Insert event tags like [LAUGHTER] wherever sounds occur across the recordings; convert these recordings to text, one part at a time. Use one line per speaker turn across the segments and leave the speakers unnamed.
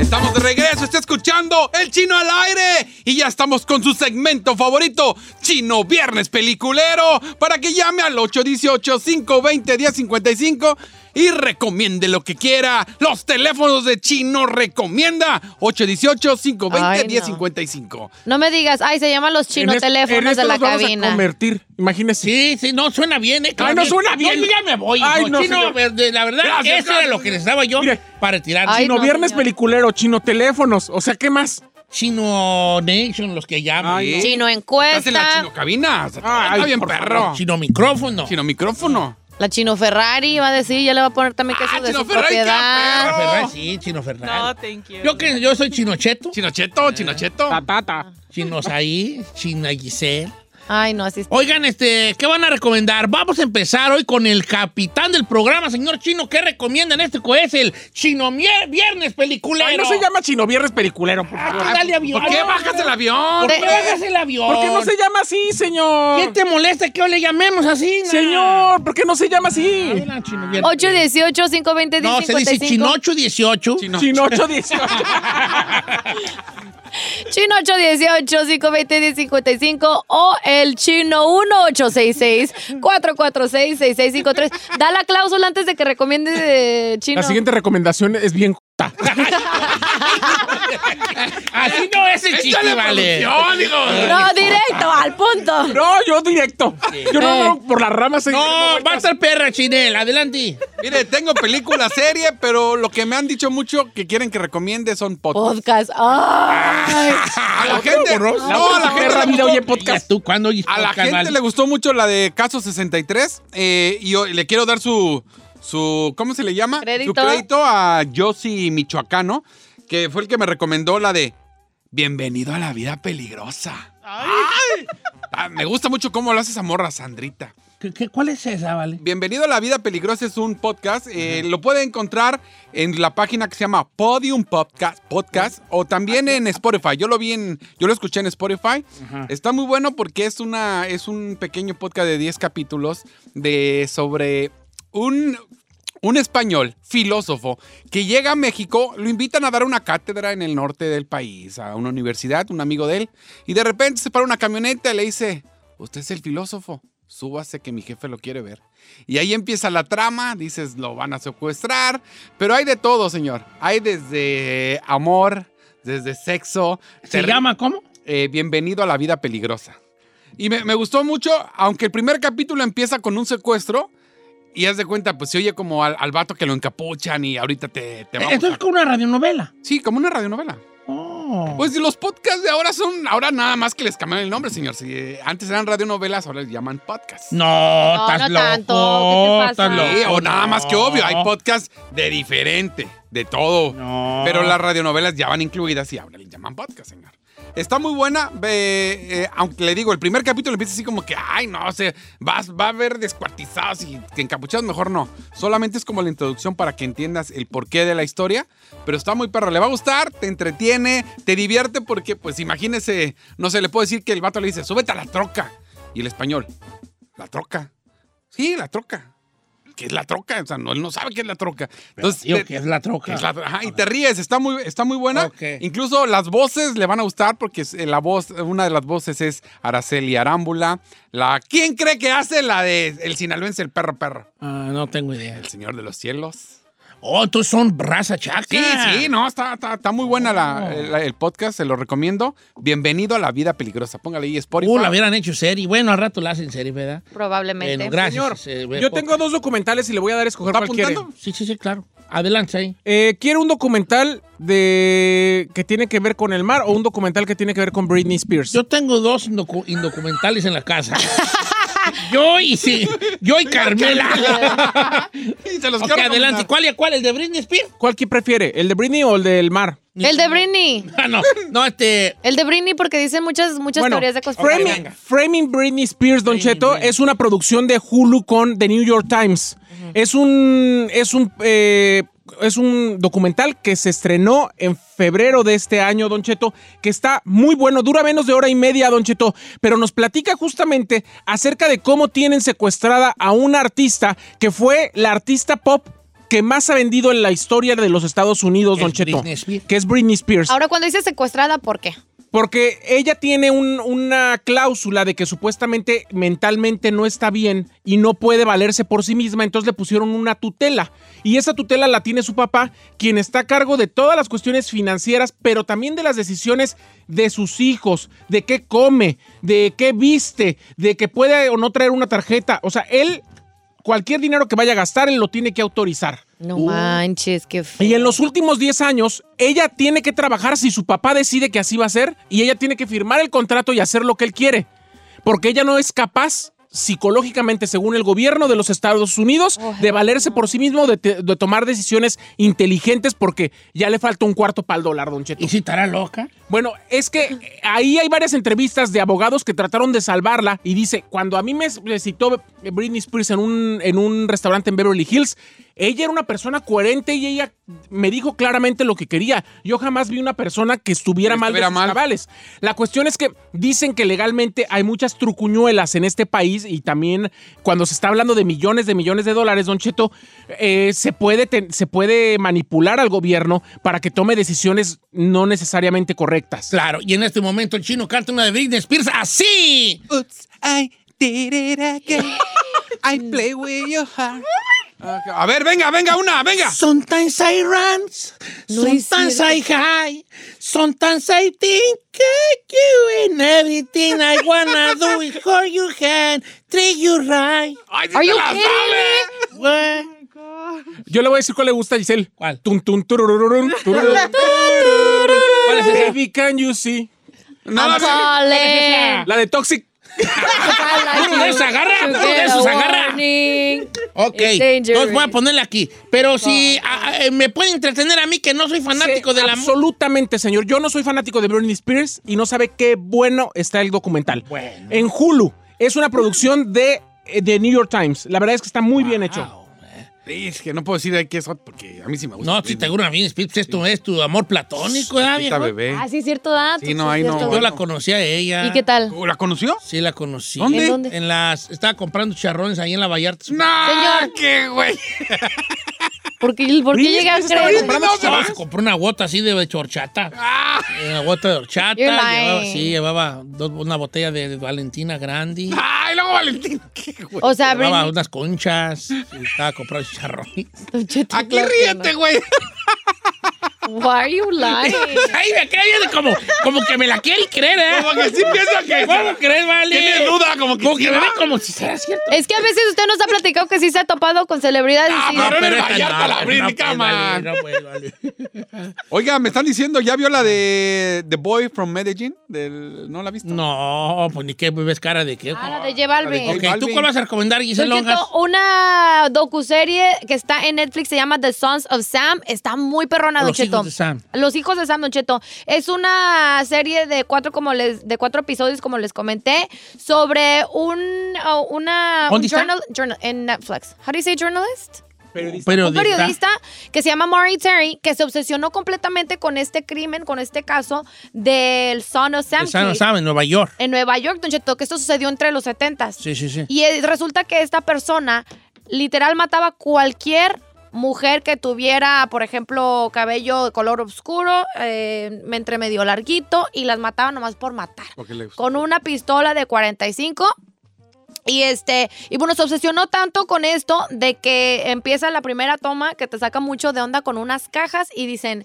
Estamos de regreso, está escuchando El Chino al aire y ya estamos con su segmento favorito, Chino Viernes Peliculero, para que llame al 818-520-1055 y recomiende lo que quiera. Los teléfonos de Chino recomienda
Ay,
818-520-1055.
No me digas, ay, se llaman los chinos teléfonos de la cabina.
convertir, imagínese.
Sí, sí, no, suena bien, eh.
Ay, no suena bien.
No, yo ya me voy.
Ay,
hijo.
no,
Chino,
señor.
de- la verdad,
Gracias,
eso era
gracias.
lo que necesitaba yo
Mire.
para tirar.
Ay,
Chino,
no,
viernes
señor.
peliculero, chino teléfonos. O sea, ¿qué más?
Chino Nation, los que llaman.
Ay,
¿eh?
Chino
Estás en la
encuesta,
Chino cabina.
Ay,
Está bien,
por
perro.
Chino micrófono.
Chino micrófono.
la chino Ferrari va a decir, ya le va a poner también que
Ah,
eso es de
Chino
su
Ferrari, qué
propiedad.
perro.
Ferrari, Ah, sí, Chino Fernández.
Oh, thank you.
yo, que, yo soy Chino Cheto, Ah,
Chinocheto, chinocheto.
Patata.
Chino Saí, China Giselle.
Ay, no, así está.
Oigan, este, ¿qué van a recomendar? Vamos a empezar hoy con el capitán del programa, señor Chino. ¿Qué recomiendan este juez? El Chino Mie- Viernes Peliculero.
Ay, no se llama chino viernes peliculero, por
Ah,
favor.
tú dale avión.
¿Por qué bajas el avión?
¿Por qué
De-
bajas el avión?
¿Por qué no se llama así, señor?
¿Qué te molesta que hoy le llamemos así? na?
Señor, ¿por qué no se llama así?
Adelante, Chino Viernes.
818 520
Oh, No, se dice
1055
Chinocho 18.
Chino-
Chino
[LAUGHS]
818.
Chino 818 520 1055 o el chino 1866 446 6653. Da la cláusula antes de que recomiende eh, chino.
La siguiente recomendación es bien c***a.
Así no es el
Échale
chiste, vale.
producción, digo.
[LAUGHS]
No, directo, al punto.
No, yo directo. Yo no, no, por las ramas. eh.
No,
señor.
va a estar perra, Chinel. Adelante.
Mire, tengo película, serie, pero lo que me han dicho mucho que quieren que recomiende son
Podcast.
podcasts.
Ay.
A la gente, no, a la gente,
perra
le
vida
gustó-
oye podcast.
Ya ¿Tú cuándo oyes
a la
podcast,
gente
vale?
le gustó mucho la de Caso 63 eh, y hoy le quiero dar su, su ¿cómo se le llama?
Crédito.
Su crédito a Yossi Michoacano, que fue el que me recomendó la de Bienvenido a la vida peligrosa. Ay. Ah, me gusta mucho cómo lo hace esa morra, Sandrita.
¿Qué- qué- ¿Cuál es esa, vale?
Bienvenido a la vida peligrosa es un podcast. eh, lo puede encontrar en la página que se llama Podium Podcast, podcast o también en Spotify. Yo lo vi en, yo lo escuché en Spotify. Está muy bueno porque es una, es un pequeño podcast de 10 capítulos de sobre un un español, filósofo, que llega a México, lo invitan a dar una cátedra en el norte del país, a una universidad, un amigo de él, y de repente se para una camioneta y le dice, usted es el filósofo, súbase que mi jefe lo quiere ver. Y ahí empieza la trama, dices, lo van a secuestrar, pero hay de todo, señor. Hay desde amor, desde sexo.
¿Se
terri-
llama cómo?
eh, Bienvenido a la vida peligrosa. Y me, me gustó mucho, aunque el primer capítulo empieza con un secuestro y haz de cuenta, pues se oye como al, al vato que lo encapuchan y ahorita te, te vamos
Esto es
a-
como una radionovela.
Sí, como una radionovela.
Oh.
Pues los podcasts de ahora son, ahora nada más que les cambiaron el nombre, señor. Si, eh, antes eran radionovelas, ahora les llaman podcasts.
no,
No,
estás
no
loco.
tanto. ¿Qué te
estás
pasa?
loco,
Sí, o nada
no.
más que obvio, hay podcasts de diferente, de todo.
No.
Pero las radionovelas ya van incluidas y ahora le llaman podcast, señor. Está muy buena, eh, eh, aunque le digo, el primer capítulo empieza así como que, ay, no, se vas, va a haber descuartizados y que encapuchados, mejor no. Solamente es como la introducción para que entiendas el porqué de la historia, pero está muy perro. Le va a gustar, te entretiene, te divierte, porque, pues, imagínese, no se le puede decir que el vato le dice, súbete a la troca. Y el español, la troca. Sí, la troca. ¿Qué es la troca? O sea, no, él no sabe qué es la troca. Entonces,
Digo
te-
que es la troca.
es la- ajá, y te ríes, está muy, está muy buena.
Ok.
Incluso las voces le van a gustar porque es- eh, la voz, una de las voces es Araceli Arámbula. La, ¿Quién cree que hace la de El Sinaloense, el perro perro?
Ah, no tengo idea.
El Señor de los Cielos.
Oh, entonces son raza chaca.
Ah, Sí, sí, no, está, está, está muy buena la-
Oh.
la- el podcast, se lo recomiendo. Bienvenido a la vida peligrosa. Póngale ahí Spotify.
Uh, la hubieran hecho serie. Bueno, al rato la hacen serie, ¿verdad?
Probablemente.
Bueno, gracias.
Señor,
eh, güey,
yo
poca.
tengo dos documentales y le voy a dar a escoger
¿Está
cuál quiere.
apuntando?
Sí, sí, sí, claro. Adelante ahí.
Eh, ¿Quiere un documental de que tiene que ver con el mar o un documental que tiene que ver con Britney Spears?
[LAUGHS] Yo tengo dos indocu- indocumentales en la casa. Yo y sí, yo y [LAUGHS] Carmela. Pues
Y se los
ok,
quiero
adelante.
recomendar.
¿Cuál y cuál? ¿El de Britney Spears? [LAUGHS]
¿Cuál que prefiere? ¿El de Britney o el del mar?
El de Britney.
Ah, no. No, este.
El de Britney porque dicen muchas, muchas teorías de conspiración.
Framing, Framing Britney Spears, Don Cheto, es una producción de Hulu con The New York Times. Es un. Es un. eh, es un documental que se estrenó en febrero de este año, Don Cheto, que está muy bueno, dura menos de hora y media, Don Cheto, pero nos platica justamente acerca de cómo tienen secuestrada a una artista que fue la artista pop que más ha vendido en la historia de los Estados Unidos,
Es
Don Cheto,
Britney Spears.
que es Britney Spears.
Ahora, cuando dice secuestrada, ¿por qué?
Porque ella tiene un- una cláusula de que supuestamente mentalmente no está bien y no puede valerse por sí misma, entonces le pusieron una tutela. Y esa tutela la tiene su papá, quien está a cargo de todas las cuestiones financieras, pero también de las decisiones de sus hijos, de qué come, de qué viste, de que puede o no traer una tarjeta. O sea, él, cualquier dinero que vaya a gastar, él lo tiene que autorizar.
No manches, qué feo.
Uh. Y en los últimos 10 años, ella tiene que trabajar si su papá decide que así va a ser y ella tiene que firmar el contrato y hacer lo que él quiere. Porque ella no es capaz psicológicamente, según el gobierno de los Estados Unidos, de valerse por sí mismo, de, te- de tomar decisiones inteligentes porque ya le falta un cuarto para el dólar, don Cheto.
¿Y si estará loca?
Bueno, es que ahí hay varias entrevistas de abogados que trataron de salvarla y dice, cuando a mí me me citó Britney Spears en un, en un restaurante en Beverly Hills, ella era una persona coherente y ella me dijo claramente lo que quería. Yo jamás vi una persona que estuviera
Que
mal de
estuviera
sus
mal.
cabales. La cuestión es que dicen que legalmente hay muchas trucuñuelas en este país y también cuando se está hablando de millones de millones de dólares, Don Cheto, eh, se, puede ten- se puede manipular al gobierno para que tome decisiones no necesariamente correctas.
Claro. Y en este momento el chino canta una de Britney Spears así.
Oops, I did it again. I play with your heart. A ver, venga, venga, una, venga.
Sometimes I run, sometimes I hide, sometimes I think of you and everything I wanna do is hold your hand, treat you right.
Ay, sí
Are
te
you
la
kidding
sabes.
Well,
Yo le voy a decir cuál le gusta a Giselle.
¿Cuál?
Tun, tun, turururun,
[LAUGHS]
tururun.
¿Cuál es esa?
Baby, can you see?
No, la-
I'm calling.
La de Toxic.
Uno de esos agarra, uno de esos agarra. Ok,
It's dangerous. Oh.
entonces voy a ponerle aquí. Pero si a- a- eh, me puede entretener a mí que no soy fanático
Sí,
de la música.
Absolutamente, señor. Yo no soy fanático de Britney Spears y no sabe qué bueno está el documental.
Bueno.
En Hulu. Es una producción de, eh, de New York Times. La verdad es que está muy bien hecho.
Sí, Es que no puedo decir de qué es hot porque a mí sí me gusta.
No, si te gusta bien, Spears, esto es tu amor platónico, ¿eh,
Esta
viejo?
bebé.
Ah, sí, cierto dato.
Sí, no, ahí no.
Yo la conocí a ella.
¿Y qué tal?
¿La conoció?
Sí, la conocí.
¿Dónde?
¿En dónde?
En las, estaba comprando charrones ahí en la Vallarta.
No,
Señor.
qué güey.
¿Por qué, por qué llegué a creer?
comprando
No,
charrones?
se compró una bota así de de horchata.
Ah,
Una bota Eh, de horchata.
You're
Llevaba,
lying.
sí, llevaba dos- una botella de, de Valentina grande.
Ah,
Ay, luego Valentín, qué güey.
O sea,
Llevaba
Britney.
unas conchas. y estaba comprando charrones.
Don [LAUGHS] Cheto,
Aquí
claro que
ríete,
no.
güey.
Why are you lying?
[LAUGHS] Ay, me queda bien como, como que me la quiere creer, ¿eh?
Como que sí piensa [LAUGHS] que.
¿Cómo crees, Vale?
Tiene duda, como que
Como
sí
que me
va.
ve como si será cierto.
Es que a veces usted nos ha platicado que sí se ha topado con celebridades. y sí.
Ah, pero en el
esta
Vallarta la abrí, mi
pues,
cama.
Vale, no, pues, Vale.
Oiga, me están diciendo, ¿ya vio la de The Boy from Medellín? Del- ¿No la viste?
No, pues ni qué ves cara de qué.
Ah, la de J Balvin.
Ok,
ok, ¿tú
Balvin.
cuál vas a recomendar,
Don
Giselle Longas?
Cheto, una docuserie que está en Netflix se llama The Sons of Sam. Está muy perrona, Don
Los hijos
Cheto.
de Sam.
Los hijos de Sam, Don Cheto. Es una serie de cuatro, como les, de cuatro episodios, como les comenté, sobre un, oh, una, un
¿Dónde está?
journal, journal- en Netflix. How do you say journalist?
Periodista.
un periodista que se llama Maury Terry, que se obsesionó completamente con este crimen, con este caso del Son of Sam
De San
Kid
Sam, en Nueva York.
en Nueva York, Don Cheto, que esto sucedió entre los 70s.
Sí, sí, [LAUGHS] sí.
Y eh, resulta que esta persona literal mataba a cualquier mujer que tuviera, por ejemplo, cabello de color oscuro, eh, entre medio larguito, y las mataba nomás por matar
Porque le gustó.
con una pistola de 45. Y este, y bueno, se obsesionó tanto con esto de que empieza la primera toma que te saca mucho de onda con unas cajas y dicen,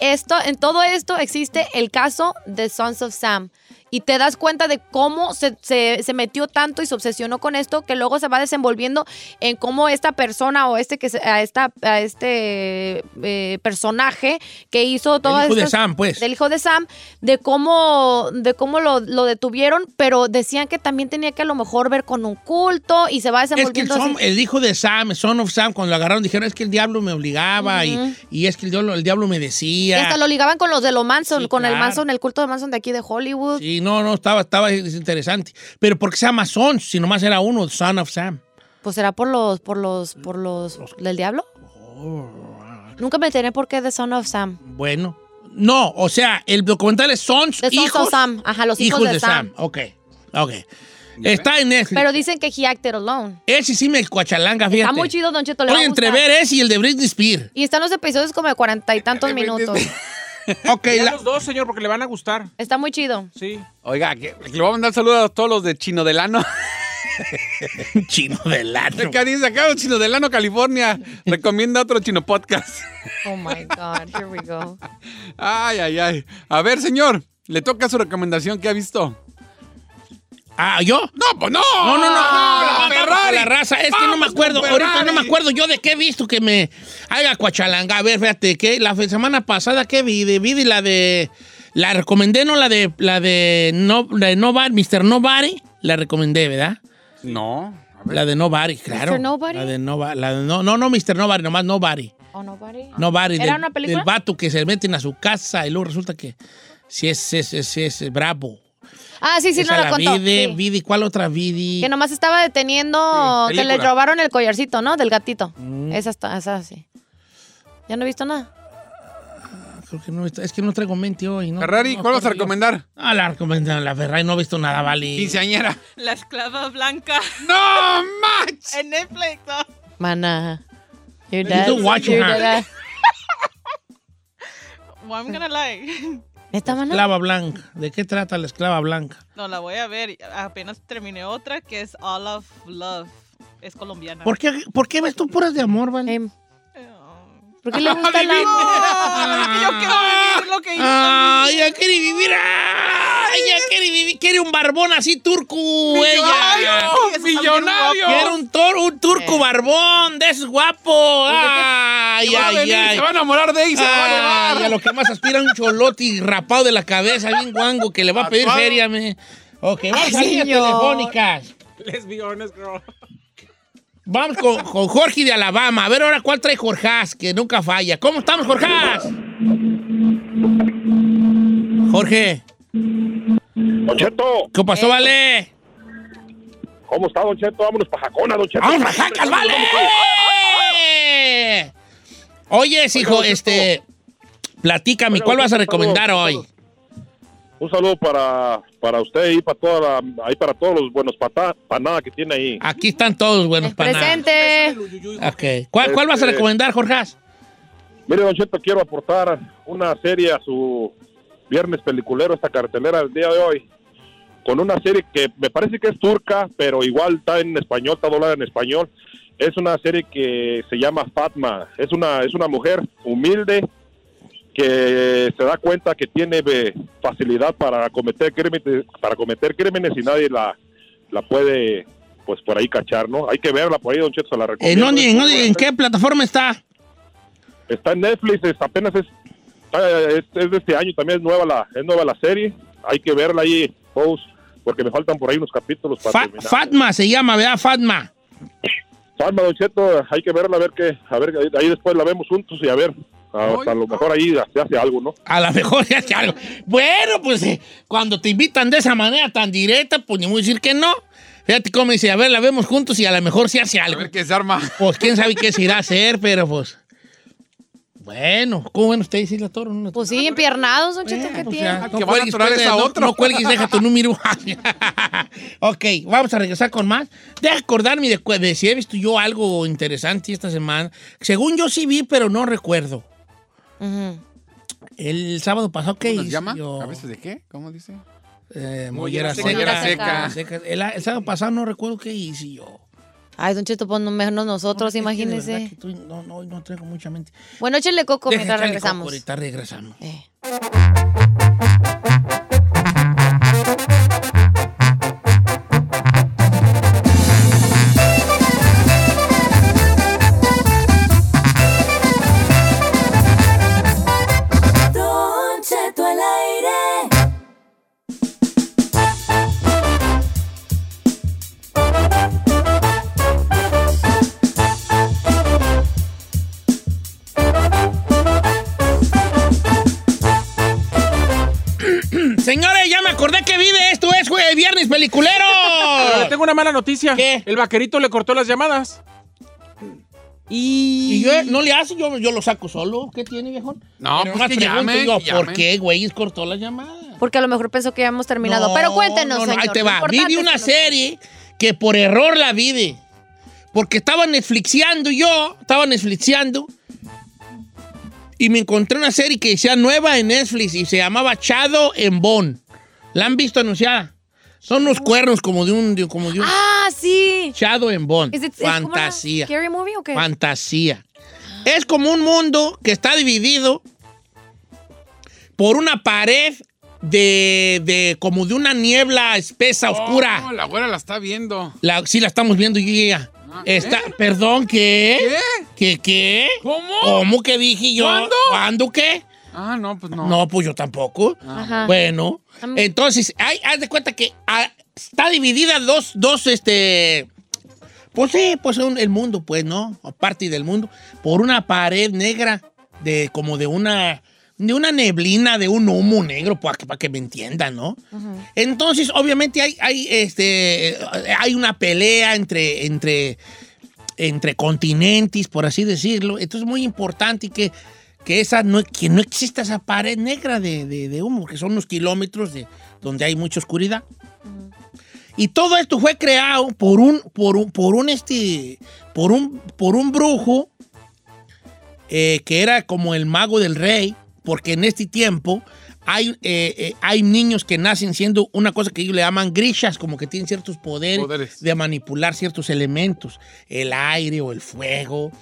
esto, en todo esto existe el caso de Sons of Sam. Y y te das cuenta de cómo se, se- se metió tanto y se obsesionó con esto que luego se va desenvolviendo en cómo esta persona o este que se- a esta a este eh, personaje que hizo todo
hijo de Sam, pues.
del hijo de Sam de cómo de cómo lo, lo detuvieron pero decían que también tenía que a lo mejor ver con un culto y se va
Es que el,
desenvolviendo así.
son- el hijo de Sam, Son of Sam, cuando lo agarraron, dijeron es que el diablo me obligaba y- y, es que el diablo, el diablo me
Y
decía.
hasta lo ligaban con los de los Manson,
Sí,
con el
claro.
Manson, el culto de Manson de aquí de Hollywood.
Sí, no, no, estaba, estaba interesante. Pero ¿por qué se llama Son? Si nomás era uno, Son of Sam.
Pues será por los, por los, por los, del diablo.
Oh.
Nunca me enteré por qué The Son of Sam.
Bueno. No, o sea, el documental es Sons,
The Sons
hijos,
of Sam. Ajá, los hijos, de, Sam.
Ok, ok. Está en Netflix.
Pero dicen que He Acted Alone.
Ese sí me cuachalanga, fíjate.
Está muy chido, Don Cheto. le va
Estoy
a gustar.
entre ver ese y el de Britney Spears.
Y están los episodios como de cuarenta y
[LAUGHS]
tantos minutos.
este,
Ok,
Ya
la-
los dos, señor, porque le van a gustar.
Está muy chido.
Sí.
Oiga, que- que le voy a mandar saludos a todos los de Chino [LAUGHS] Delano.
chino del lado.
Acá dice, acá Chino Delano, California. Recomienda otro Chino Podcast.
Oh my God, here we go.
Ay, ay, ay. A ver, señor, le toca su recomendación que ha visto.
Ah, ¿yo?
No, pues no.
No, no, no.
la
no, vamos con
Ferrari.
La raza. Es que no
Vamos
me acuerdo.
con
Ahorita
Ferrari.
no me acuerdo yo de qué he visto que me haga cuachalanga. A ver, fíjate, que la fe- semana pasada que vi, de, vi de la de. La recomendé, no la de. La de. No, la de Nobody, Mr. Nobody. La recomendé, ¿verdad?
No. a ver.
La de Nobody, claro.
Mr. Nobody.
La de Nobody. La de no, no, no, Mr. Nobody, nomás Nobody.
Oh, nobody.
Nobody.
¿Era
del-
una película?
Del vato que se meten a su casa y luego resulta que. Si es, si es, si es, si es bravo.
Ah, sí, sí,
Esa
no la contó.
Vidi,
sí.
Vidi, ¿cuál otra Vidi?
Que nomás estaba deteniendo,
Sí,
que le
película.
robaron el collarcito, ¿no? Del gatito.
Mm.
Esa, está, esa sí. Ya no he visto nada.
Creo que no, está- es que no traigo mente hoy. ¿no?
Ferrari,
No,
¿cuál vas a
corre yo.
recomendar?
Ah, la recomendación, la Ferrari, no he visto nada, vale.
Quinceañera.
La esclava blanca
¡No, match!
[LAUGHS] en Netflix. ¿no?
Mana. Your
Let me
dad.
do what you
your
have.
dad-
Well, I'm gonna lie. [LAUGHS]
¿Neta, mana?
Esclava blanca. ¿De qué trata la esclava blanca?
No, la voy a ver. Apenas terminé otra que es All of Love. Es colombiana.
¿Por qué, por qué ves tú puras de amor, vale?
Em,
Oh.
¿Por
Ah,
qué le gusta el amor?
Ah, es que yo quiero vivir lo que hizo
¡Ah! ¡Ella quiere vivir! ¡Ah! ¡Ella quiere vivir! ¡Quiere un barbón así turco!
¡Oh,
¡Ella!
eso también
¡Millonario!
¡Quiere un, tor- un
Eh.
turco barbón! ¡De esos guapo! ¡Ay,
Va a
ay,
venir,
ay!
Se va a enamorar de ella, se la va a
Ay, a
llevar.
lo que más aspira un cholote rapado de la cabeza, bien guango, que le va a pedir
Tatuado.
feria, me. Ok, vamos a líneas
señor.
telefónicas.
Let's be honest, girl.
Vamos con, con Jorge de Alabama. A ver ahora cuál trae Jorjás, que nunca falla. ¿Cómo estamos, Jorjás? Jorge,
Don Cheto,
¿qué pasó, vale?
¿cómo está, Don Cheto? Vámonos para Jacona, Don Cheto.
¡Vamos, Rajacas, vale! Oyes, hijo,
Oiga,
este. Platícame,
Oiga,
¿cuál
don
vas a
Cheto,
recomendar
saludos,
hoy?
saludos. Un saludo para, para usted y para, toda la, ahí para todos los buenos pata- panadas que tiene ahí.
Aquí están todos buenos para nada.
Presente.
Ok. ¿Cuál, cuál vas a
Este-
recomendar, Jorjás?
Mire, Don Cheto, quiero aportar una serie a su viernes peliculero, esta cartelera del día de hoy, con una serie que me parece que es turca, pero igual está en español, está doblada en español. Es una serie que se llama Fatma. Es una, es una mujer humilde que se da cuenta que tiene eh, facilidad para cometer crímenes, para cometer crímenes y nadie la, la puede pues por ahí cachar, ¿no? Hay que verla por ahí, Don Cheto, se la
¿En,
recomiendo.
dónde- Eh, en dónde- en qué plataforma está?
Está en Netflix, es- apenas es, está- es, es de este año, también es nueva la, es nueva la serie. Hay que verla ahí, Pous, porque me faltan por ahí unos capítulos para
Fa-
terminar.
Fatma se llama, ¿verdad? Fatma.
Salma, Don Cheto, hay que verla, a ver qué, a ver, ahí- ahí después la vemos juntos y a ver, hasta lo mejor ahí se hace algo, ¿no?
A lo mejor ya hace algo. Bueno, pues eh, cuando te invitan de esa manera tan directa, pues ni muy decir que no. Fíjate cómo dice, a ver, la vemos juntos y a lo mejor se hace
A
algo.
ver qué se arma.
Pues quién sabe qué se irá a hacer, pero pues. Bueno, ¿cómo bueno usted dice la toro? No,
Pues sí, empiernados, don Cheto,
Bueno,
¿qué
pues
tiene?
ya,
que
no
va a
cuelgues,
natural
pues,
es a
no-
otro.
no cuelgues, deja tu número. [LAUGHS] ok, vamos a regresar con más. Deja acordarme de, cu- de si he visto yo algo interesante esta semana. Según yo sí vi, pero no recuerdo.
Ujú.
El sábado pasado, ¿qué
¿Nos
hice
llama?
yo?
¿Cabezas de qué? ¿Cómo dice?
Eh, mollera
Mollera seca.
seca.
Mollera
seca. El, el sábado pasado no recuerdo qué hice yo.
Ay, don Cheto, pues no menos nosotros,
No, es que de verdad que
imagínense.
estoy- No, no, no traigo mucha mente.
Bueno, échenle coco
Deja
mientras Eh,
echarle
regresamos.
coco, Ahorita regresamos.
Eh.
[CLEARS THROAT] Señores, ya me acordé que vi de esto, es güey, viernes peliculero.
Pero
[LAUGHS]
le tengo una mala noticia.
¿Qué?
El vaquerito le cortó las llamadas.
Y yo eh, no le hace, yo, yo lo saco solo. ¿Qué tiene, viejón?
No,
Pero
pues
nomás
que
pregunto
llamen,
yo,
que
¿Por
llamen.
qué, güey, cortó la llamada?
Porque a lo mejor pensó que ya hemos terminado.
No,
Pero cuéntenos,
no, no,
señor.
Ahí te
Lo
va. Vi
importante
de
es
una
que nos-
serie que por error la vi de- Porque estaba Netflixeando yo, estaba Netflixeando. Y me encontré una serie que sea nueva en Netflix y se llamaba Chado en Bon. ¿La han visto anunciada? Son unos cuernos como de un... de- como de un
Ah, sí.
Shadow en Bond.
¿Es- es- es como una
Fantasía.
scary movie o qué?
Fantasía. Es como un mundo que está dividido por una pared de, de- como de una niebla espesa,
No,
oscura.
la güera la está viendo.
La, sí, la estamos viendo yo y
Ah,
ella. Está, perdón, ¿qué? ¿Qué? ¿Qué? ¿Qué?
¿Cómo?
¿Cómo que dije yo?
¿Cuándo?
¿Cuándo qué?
Ah, no, pues no.
No, pues yo tampoco.
Ajá.
Bueno,
Am-
entonces, hay, haz de cuenta que ah, está dividida dos, dos, este, pues sí, pues un- el mundo, pues, ¿no? Aparte del mundo, por una pared negra, de como de una, de una neblina, de un humo negro, para que, para que me entiendan, ¿no? Entonces, obviamente hay, hay, este, hay una pelea entre, entre, entre continentes, por así decirlo. Entonces es muy importante que, que, esa no, que no exista esa pared negra de, de- de humo, que son unos kilómetros de, donde hay mucha oscuridad. Y todo esto fue creado por un, por un, por un, este, por un, por un brujo eh, que era como el mago del rey, porque en este tiempo hay, eh, eh, hay niños que nacen siendo una cosa que ellos le llaman grishas, como que tienen ciertos poderes,
Poderes.
de manipular ciertos elementos, el aire o el fuego.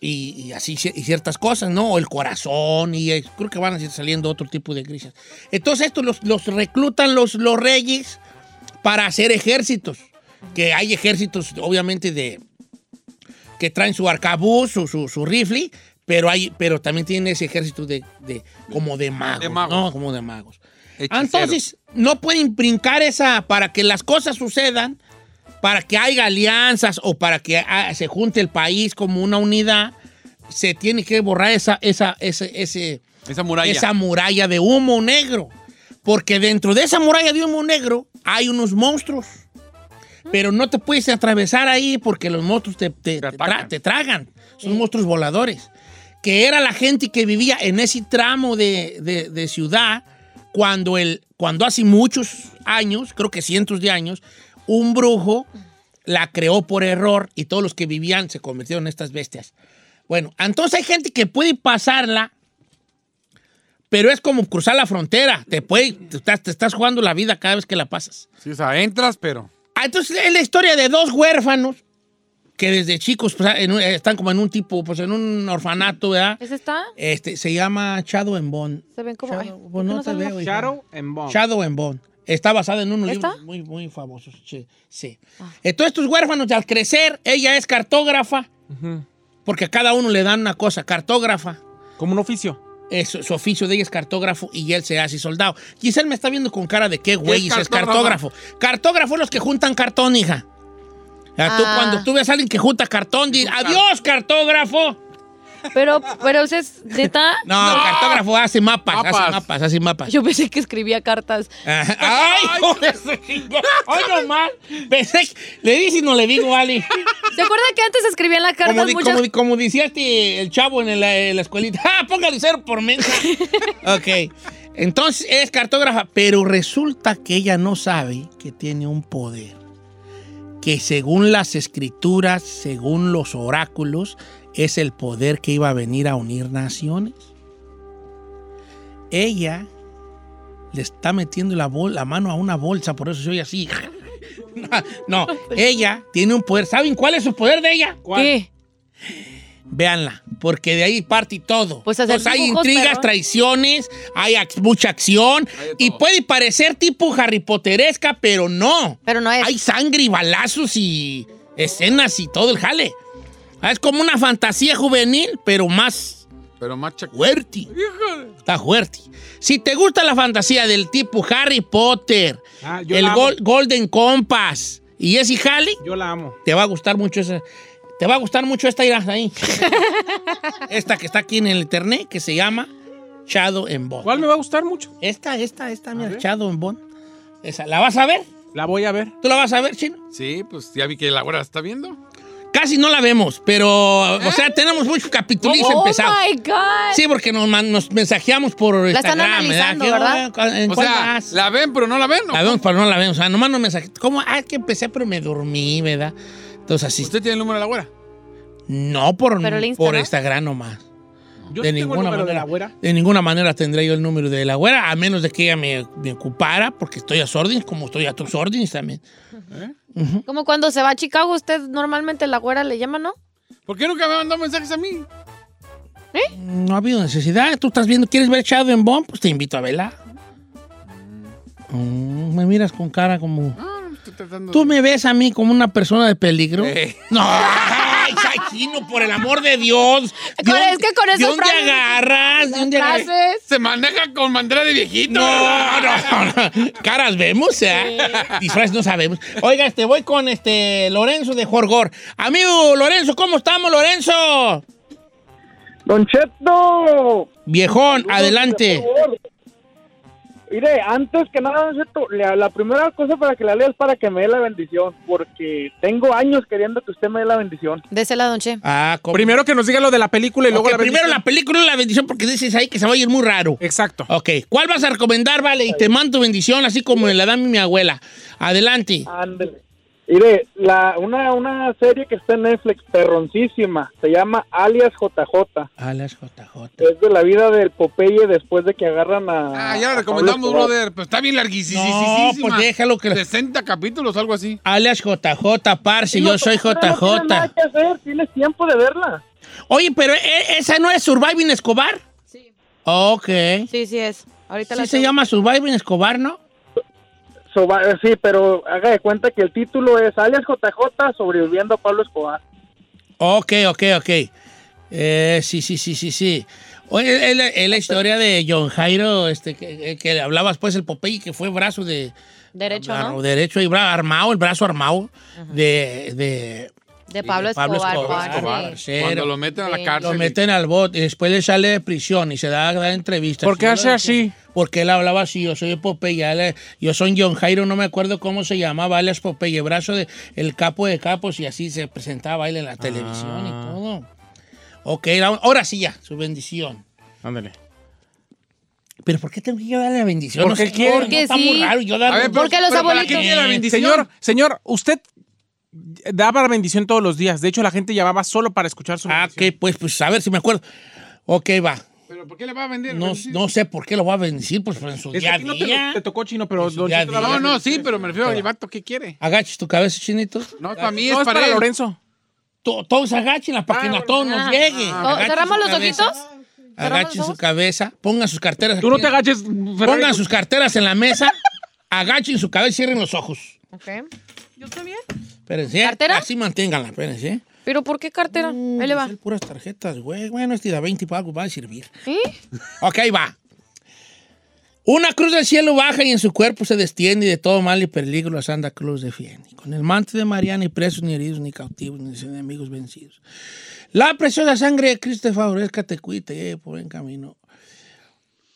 Y, y así ci- y ciertas cosas, ¿no? O el corazón, y eh, creo que van a ir saliendo otro tipo de grishas. Entonces, estos los, los reclutan los, los reyes para hacer ejércitos. Que hay ejércitos, obviamente, de que traen su arcabuz, su, su, su rifle, pero, hay, pero también tienen ese ejército de, de- como de magos,
De magos.
¿no? Como de magos.
Hechicero.
Ah, Entonces, no pueden brincar esa para que las cosas sucedan, para que haya alianzas o para que ah, se junte el país como una unidad, se tiene que borrar esa, esa, ese, ese,
Esa muralla.
esa muralla de humo negro. Porque dentro de esa muralla de humo negro hay unos monstruos. Pero no te puedes atravesar ahí porque los monstruos te, te- te tra-
atacan.
te tragan. Son monstruos voladores. Que era la gente que vivía en ese tramo de, de- de ciudad cuando, el, cuando hace muchos años, creo que cientos de años, un brujo la creó por error y todos los que vivían se convirtieron en estas bestias. Bueno, entonces hay gente que puede pasarla pero es como cruzar la frontera. Te, puede- te, estás, te estás jugando la vida cada vez que la pasas.
Sí, o sea, entras, pero.
Ah, Entonces es la historia de dos huérfanos que desde chicos pues, en un- están como en un tipo, pues en un orfanato, ¿verdad?
¿Ese está?
Este, se llama Shadow and Bone.
Se ven como. ay,
Shadow,
¿por
pues,
qué
no
no
te
salen
veo,
las-
hija.
Shadow and Bone.
Shadow and Bone. Está basada en unos
¿Esta?
libros muy, muy famosos. Sí. sí. Entonces estos huérfanos al crecer, ella es cartógrafa,
Ujú.
porque a cada uno le dan una cosa, cartógrafa.
Como un oficio.
Eh, su, su oficio de ella es cartógrafo y él se hace soldado. Giselle me está viendo con cara de qué güey es, cartógrafo. Cartógrafo es los que juntan cartón, hija. A tú,
Ah.
Cuando tú ves a alguien que junta cartón, di, adiós, cartógrafo.
Pero, pero ese es neta.
[LAUGHS] No, cartógrafo hace mapas, hace
Mapas.
mapas, hace mapas.
Yo pensé que escribía cartas.
Ajá. [LAUGHS] ¡Ay, joder, ese chingón! ¡Ay, no mal! Pensé que- le di si no le digo, Ali.
¿Se acuerda que antes escribían las cartas
Como, di-
muchas?
como di- como decía este, el chavo en la, en la escuelita, ¡ah, póngale cero por mensa! ok, entonces es cartógrafa, pero resulta que ella no sabe que tiene un poder que según las escrituras, según los oráculos, es el poder que iba a venir a unir naciones. Ella le está metiendo la, bol- la mano a una bolsa, por eso soy así. [LAUGHS] no, ella tiene un poder. ¿Saben cuál es su poder de ella?
¿Qué?
Véanla, porque de ahí parte todo.
Pues hacer
hay
dibujos,
intrigas,
perro.
traiciones, hay ac- mucha acción
Hay de
y
todo.
puede parecer tipo Harry Potteresca, pero no.
Pero no es.
Hay sangre y balazos y escenas y todo el jale. Ah, Es como una fantasía juvenil, pero más
Pero macha.
fuerte. Está fuerte. Si te gusta la fantasía del tipo Harry Potter,
Ah, yo
el
la amo.
Gol- Golden Compass y ese jale,
Yo la amo.
te va a gustar mucho esa.
[LAUGHS]
Te va a gustar mucho esta irás ahí. esta que está aquí en el internet, que se llama Shadow en Bond.
¿Cuál me va a gustar mucho?
Esta, esta, esta, mira,
ver.
Shadow en Bond. Esa, ¿la vas a ver?
La voy a ver.
¿Tú la vas a ver, Chino?
Sí, pues ya vi que la hora está viendo.
Casi no la vemos, pero, o sea, tenemos muchos capítulos
oh
empezados.
my God.
Sí, porque nos, man- nos mensajeamos por
La están
Instagram,
analizando,
¿Qué
¿verdad?
hora? ¿Cu- ¿En
O
cuál
sea,
vas?
la ven, pero no la ven. ¿o?
La vemos, pero no la vemos. O sea, nomás nos mensajeamos. ¿Cómo? Ah, es que empecé, pero me dormí, ¿verdad? Entonces así.
¿Usted tiene el número de la güera?
No por,
Pues ¿Pero el Insta,
por
no?
Instagram nomás.
Yo
De
sí tengo el
ninguna
número de
manera.
la güera.
De ninguna manera tendré yo el número de la güera, a menos de que ella me, me ocupara, porque estoy a sus órdenes, como estoy a tus órdenes también.
Como cuando se va a Chicago, usted normalmente la güera le llama, ¿no?
¿Por qué nunca me mandó mensajes a mí?
No ha habido necesidad. Tú estás viendo, ¿quieres ver Shadow en Bomb? Pues te invito a verla. Mm, me miras con cara como.
Ah, estoy tratando
¿Tú
de-
me ves a mí como una persona de peligro?
Eh. [LAUGHS]
No, ay, Saquino, por el amor de Dios.
Con- es que con
¿De
esas
dónde
frases-
agarras? ¿De dónde agarras?
Frases.
Se maneja con bandera de viejito.
No, no, no. Caras vemos, ¿eh? Disfraces no sabemos. Oiga, este, voy con este Lorenzo de Jorgor. Amigo Lorenzo, ¿cómo estamos, Lorenzo?
Don Cheto.
Viejón, adelante.
Por favor. Mire, antes que nada, Don Cheto, la, la primera cosa para que la lea es para que me dé la bendición, porque tengo años queriendo que usted me dé la bendición.
Désela, don Che.
Ah, ¿cómo?
Primero que nos diga lo de la película y luego
Ok,
la
primero la
bendición.
película y la bendición, porque dices ahí que se va a ir muy raro.
Exacto.
Ok, ¿cuál vas a recomendar, vale? Y te mando tu bendición, así como me la da mi abuela. Adelante.
Ándele. Mire, la, una, una serie que está en Netflix, perroncísima, se llama Alias JJ.
Alas JJ.
Es de la vida del Popeye después de que agarran a.
Ah, ya
a
la
Pablo
recomendamos,
Escobar.
brother. Pero está bien larguísima.
No, pues déjalo que... la-
60 capítulos, algo así.
Alias JJ, parce, yo
No,
soy
no tiene nada
JJ.
que hacer, tienes tiempo de verla.
Oye, pero ¿e- ¿esa no es Surviving Escobar?
Sí.
Ok.
Sí, sí es. Ahorita la
Sí se
tengo.
llama Surviving Escobar, ¿no?
So- va- eh, sí, pero haga de cuenta que el título es Alias JJ sobreviviendo a Pablo Escobar.
Ok, ok, ok. Eh, sí, sí, sí, sí, sí. Oye, es la, es la historia de John Jairo, este, que, que hablabas pues el Popeye, que fue brazo de...
Derecho,
bra-
¿no?
Derecho y bra- armado, el brazo armado de, de,
De Pablo
de
Escobar.
Pablo Escobar,
padre.
Escobar. Cero.
Cuando lo meten a
Sí.
la cárcel.
Lo meten al bot y después le sale de prisión y se da, da entrevistas.
¿Por qué
Y
hace
lo-
así?
Porque él hablaba así, yo soy Popeye, ale- yo soy John Jairo, no me acuerdo cómo se llamaba, alias Popeye, brazo de el capo de capos y así se presentaba él en la televisión y
Ah.
todo. Ok, la- ahora sí ya, su bendición.
Ándale.
Pero ¿por qué tengo que yo darle la bendición?
Porque
sé,
quiere.
no,
Porque
está
sí.
muy raro yo darle-
A ver, pues,
Porque los
pero ¿para
abuelitos-
qué quiere la bendición?
Eh, Señor, señor, usted daba la bendición todos los días. De hecho, la gente llamaba solo para escuchar su
Ah,
bendición.
ok, pues, pues a ver si me acuerdo. Ok, va.
¿Pero por qué le va a vender?
No, no sé por qué lo voy a bendecir, pues en su
Es
día a
que no te,
día.
lo- te tocó chino, pero
En su
Don
día a
Cheto la
día.
No,
va-
no, sí, pero me refiero al vato, ¿qué quiere?
Agaches tu cabeza, chinito.
No, para mí
No,
es para él.
Lorenzo.
To- todos agachen la página, todos nos lleguen.
Ah.
Agachen
¿Cerramos
su
los
cabeza,
ojitos? ¿Cerramos
Agachen
los
su
ojos?
cabeza, pongan sus carteras.
Tú
aquí.
no te agaches.
Pongan sus carteras en la mesa, [LAUGHS] agachen su cabeza y cierren los ojos.
Ok.
Yo estoy bien.
Espérense. ¿eh?
¿Cartera?
Así manténganla, espérense. ¿eh?
¿Pero por qué cartera? Ahí le va.
Son puras tarjetas, güey. Bueno, este da 20 para algo va a servir.
¿Sí?
Ok, ahí va. Una cruz del cielo baja y en su cuerpo se destiende y de todo mal y peligro la Santa Cruz defiende. Con el manto de María ni presos, ni heridos, ni cautivos, ni enemigos vencidos. La preciosa sangre de Cristo te favorezca, te cuite, lleve por buen camino.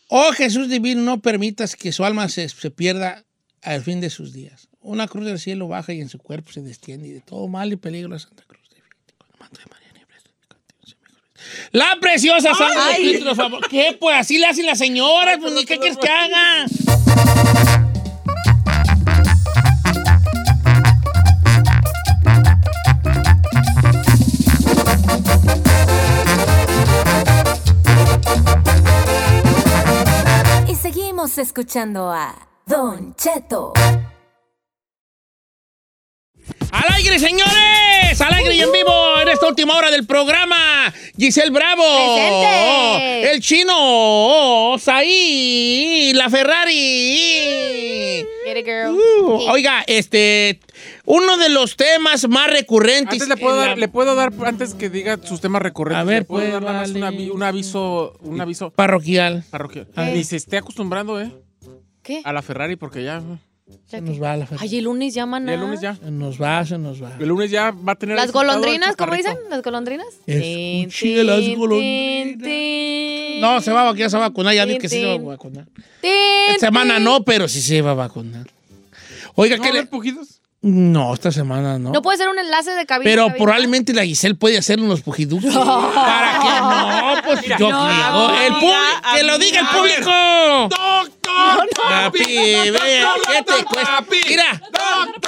Oh Jesús divino, no permitas que su alma se, se pierda al fin de sus días. Una cruz del cielo baja y en su cuerpo se destiende y de todo mal y peligro la Santa Cruz defiende. Con el manto de María ni presos, ni cautivos, ni enemigos vencidos. La preciosa sangre de Cristo te favorezca. ¿Qué? Pues así le hacen las señoras, pues ni qué quieres que haga.
Y seguimos escuchando a Don Cheto.
¡Al aire, señores! ¡Al aire y en vivo en esta última hora del programa! Giselle Bravo.
Presente.
El chino. Saí. La Ferrari.
Get it, girl.
Uh, oiga, este. Uno de los temas más recurrentes.
Antes le puedo,
en la-
dar, le puedo dar, antes que diga sus temas recurrentes,
A ver,
le puedo
pues,
dar nada más un,
vale.
avi- un aviso, un aviso
Parroquial.
parroquial.
Ah.
Ni se esté acostumbrando, ¿eh?
¿Qué?
A la Ferrari, porque ya.
Se nos va la fe-
Ay, el lunes ya,
Y
maná.
el lunes ya.
Se nos va, se nos va.
El lunes ya va a tener.
Las
el resultado
golondrinas,
el
¿cómo
chaparrito.
dicen? ¿Las golondrinas?
Escuché
Tin,
las
tin,
golondrinas.
tin, tin.
No, se va, a- ya se va a vacunar, ya vi que sí se va a
Tin, tin.
vacunar.
Tin,
Esta semana
tin.
no, pero sí se va a vacunar. Oiga,
¿No
¿qué
va a
le-
haber pujidos?
No, esta semana
No
no.
pues, puede ser un enlace de cabina.
pero
cabina.
probablemente la Giselle puede hacer unos pujiductos. ¿Para qué? No, pues yo quiero.
amiga,
el público, ¡Que lo diga el
amiga.
público!
¡Doctor!
Papi, vea, ¿qué te cuesta? Mira,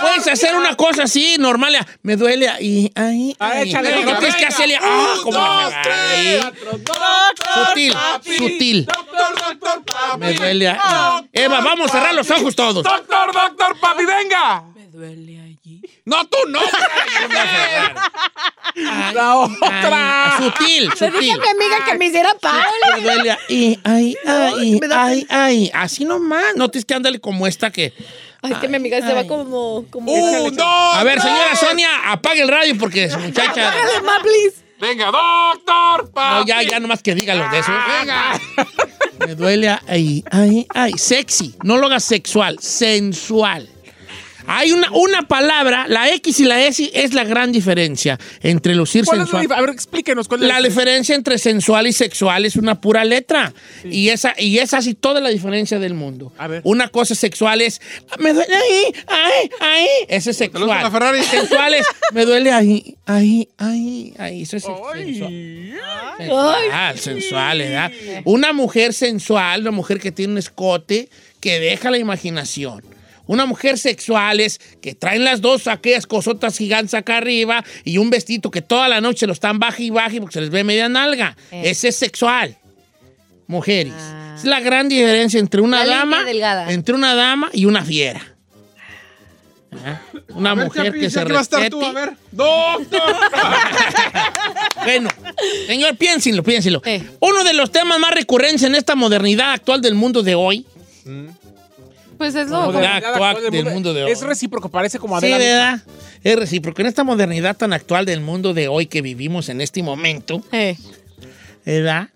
puedes hacer una cosa así, normal. ya. Me duele ahí, ahí,
Ah,
ahí.
échale,
Pero no
venga,
tienes que
venga.
hacerle... ¡Ah, como la
dos,
ahí.
tres!
Sutil, sutil.
¡Doctor, doctor, papi!
Me duele
ah,
ahí. Eva, vamos a cerrar los ojos todos.
¡Doctor, doctor, papi, venga!
Me duele allí.
¡No, tú no!
Ay,
¡La
ay,
otra!
Sutil,
Le dije a
sutil.
mi amiga que me hiciera pan.
Me duele ahí, ay, ay, ay, ay. Así nomás. No tienes que andarle como esta que...
Ay, que mi amiga se va como. como
Uh.
¡Un, dos,
A ver,
tres!
señora Sonia, apague el radio porque su muchacha...
Dale, ma, please.
¡Venga, doctor, papi!
No, ya, ya nomás que diga los de eso.
¡Venga!
Me duele ahí, ay, ay. Sexy. No lo hagas sexual, sensual. Hay una, una palabra, la X y la S es la gran diferencia entre lucir
¿Cuál es la
sensual.
dif- A ver, explíquenos cuál es
La diferencia entre sensual y sexual es una pura letra. Y esa y es así toda la diferencia del mundo.
A ver.
Una cosa sexual es "Ah, me duele ahí, ahí, ahí. Ese es
Saludos a la
sexual.
Ferrari.
Sensual es me duele ahí, ahí, ahí, ahí. Eso es sensual.
Ay.
Sensual, sensual, ¿verdad? Una mujer sensual, una mujer que tiene un escote que deja la imaginación. Una mujer sexual es que traen las dos aquellas cosotas gigantes acá arriba y un vestido que toda la noche lo están baja y baja y porque se les ve media nalga.
Eh.
Ese es sexual. Mujeres.
Ah.
Es la gran diferencia entre una
La línea
dama,
delgada.
entre una dama y una fiera. Ajá. Una
A ver,
mujer
Capi,
que se
ya va a estar tú,
respete.
a ver. ¡Doctor!
Bueno, señor, piénsenlo, piénsenlo.
Eh.
Uno de los temas más recurrentes en esta modernidad actual del mundo de hoy.
Pues es lo.
Modernidad actual del mundo, de hoy.
Es recíproco, parece como
Sí,
Adela misma.
¿verdad? Es recíproco. En esta modernidad tan actual del mundo de hoy que vivimos en este momento,
Eh.
¿verdad?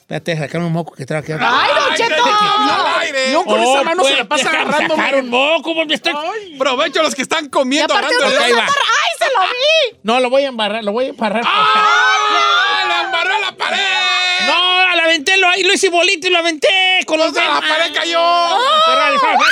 Espérate, sacar un moco que traigo aquí.
Ah,
¡Ay, Don Cheto!
¡Al aire!
No, con
Oh,
esa mano
pues,
se la pasa
déjame
agarrando.
sacar un moco, porque estoy-
Aprovecho a los que están
Y
comiendo,
aparte,
hablando
¿dónde
de
ahí
está?
va.
¡Ay, se lo vi!
No, lo voy a embarrar, lo voy a embarrar.
¡Ah! ¡Lo embarré a la pared!
No, la aventé, lo, ahí lo hice bolito y lo aventé con los
¡No, la
dedos. Ah.
pared cayó!
Ferrari, Ferrari,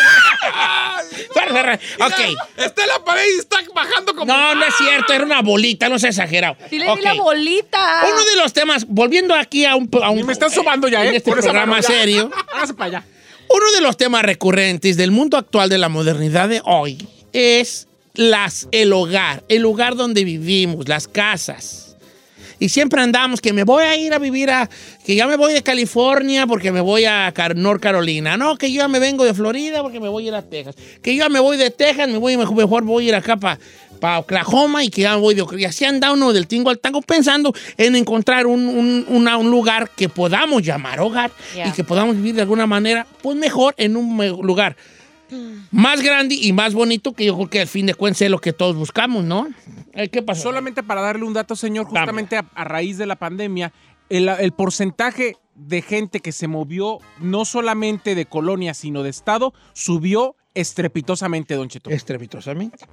Ferrari. Ok.
Mira, Está en la pared y está bajando como...
No, no es cierto, era una bolita, no se exagerado.
Sí, le
Ok.
vi la bolita.
Uno de los temas, volviendo aquí a un... a un-
Y me están sobando ya,
En
¿eh?
este
Con esa
programa
mano ya.
serio.
Hágase para allá.
Uno de los temas recurrentes del mundo actual de la modernidad de hoy es las, el hogar, el lugar donde vivimos, las casas. Y siempre andamos que me voy a ir a vivir a... que ya me voy de California porque me voy a Car- North Carolina. No, que yo ya me vengo de Florida porque me voy a ir a Texas. Que yo ya me voy de Texas, me voy mejor, mejor voy a ir acá para Oklahoma y que ya me voy de Oklahoma. Y así anda uno del tingo al tango pensando en encontrar un, un- una- un lugar que podamos llamar hogar
Ya.
y que podamos vivir de alguna manera, pues mejor en un me- lugar más grande y más bonito, que yo creo que al fin de cuentas es lo que todos buscamos, ¿no? Ay, ¿Qué pasó?
Solamente para darle un dato, señor,
Dame.
justamente a, a raíz de la pandemia, el, el porcentaje de gente que se movió no solamente de colonia, sino de estado, subió estrepitosamente, Don Cheto.
Estrepitosamente.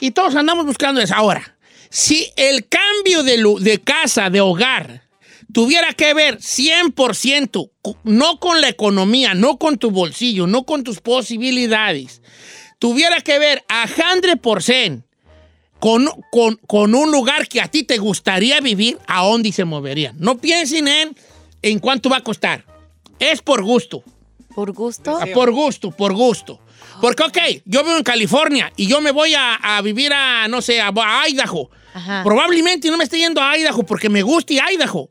Y todos andamos buscando eso. Ahora, si el cambio de, lu- de casa, de hogar, tuviera que ver 100%, cu- no con la economía, no con tu bolsillo, no con tus posibilidades, tuviera que ver a 100% con, con, con un lugar que a ti te gustaría vivir, ¿a dónde se moverían? No piensen en, en cuánto va a costar. Es por gusto.
Por gusto.
Ah, Por gusto, por gusto.
Ah.
Porque, ok, yo vivo en California y yo me voy a, a vivir a, no sé, a, a Idaho.
Ajá.
Probablemente no me esté yendo a Idaho porque me guste Idaho.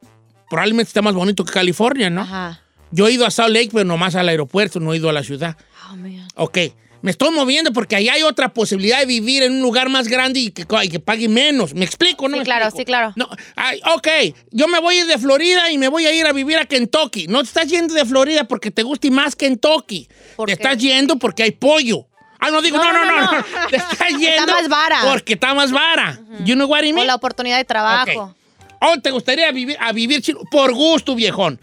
Probablemente está más bonito que California, ¿no?
Ajá.
Yo he ido a Salt Lake, pero nomás al aeropuerto, no he ido a la ciudad.
Oh, man.
Ok, me estoy moviendo porque ahí hay otra posibilidad de vivir en un lugar más grande y que, y que pague menos. ¿Me explico, no?
Sí,
me
claro,
explico?
sí, claro.
No, ay, ok, yo me voy a ir de Florida y me voy a ir a vivir a Kentucky. No te estás yendo de Florida porque te guste más Kentucky.
¿Por
Te
qué?
estás yendo porque hay pollo. Ah, no digo, no, no, no, no. Te estás yendo.
más vara.
Porque está más vara. You know what I
O
mean?
la oportunidad de trabajo.
Ok. ¿O te gustaría vivir, a vivir chino? Por gusto, viejón.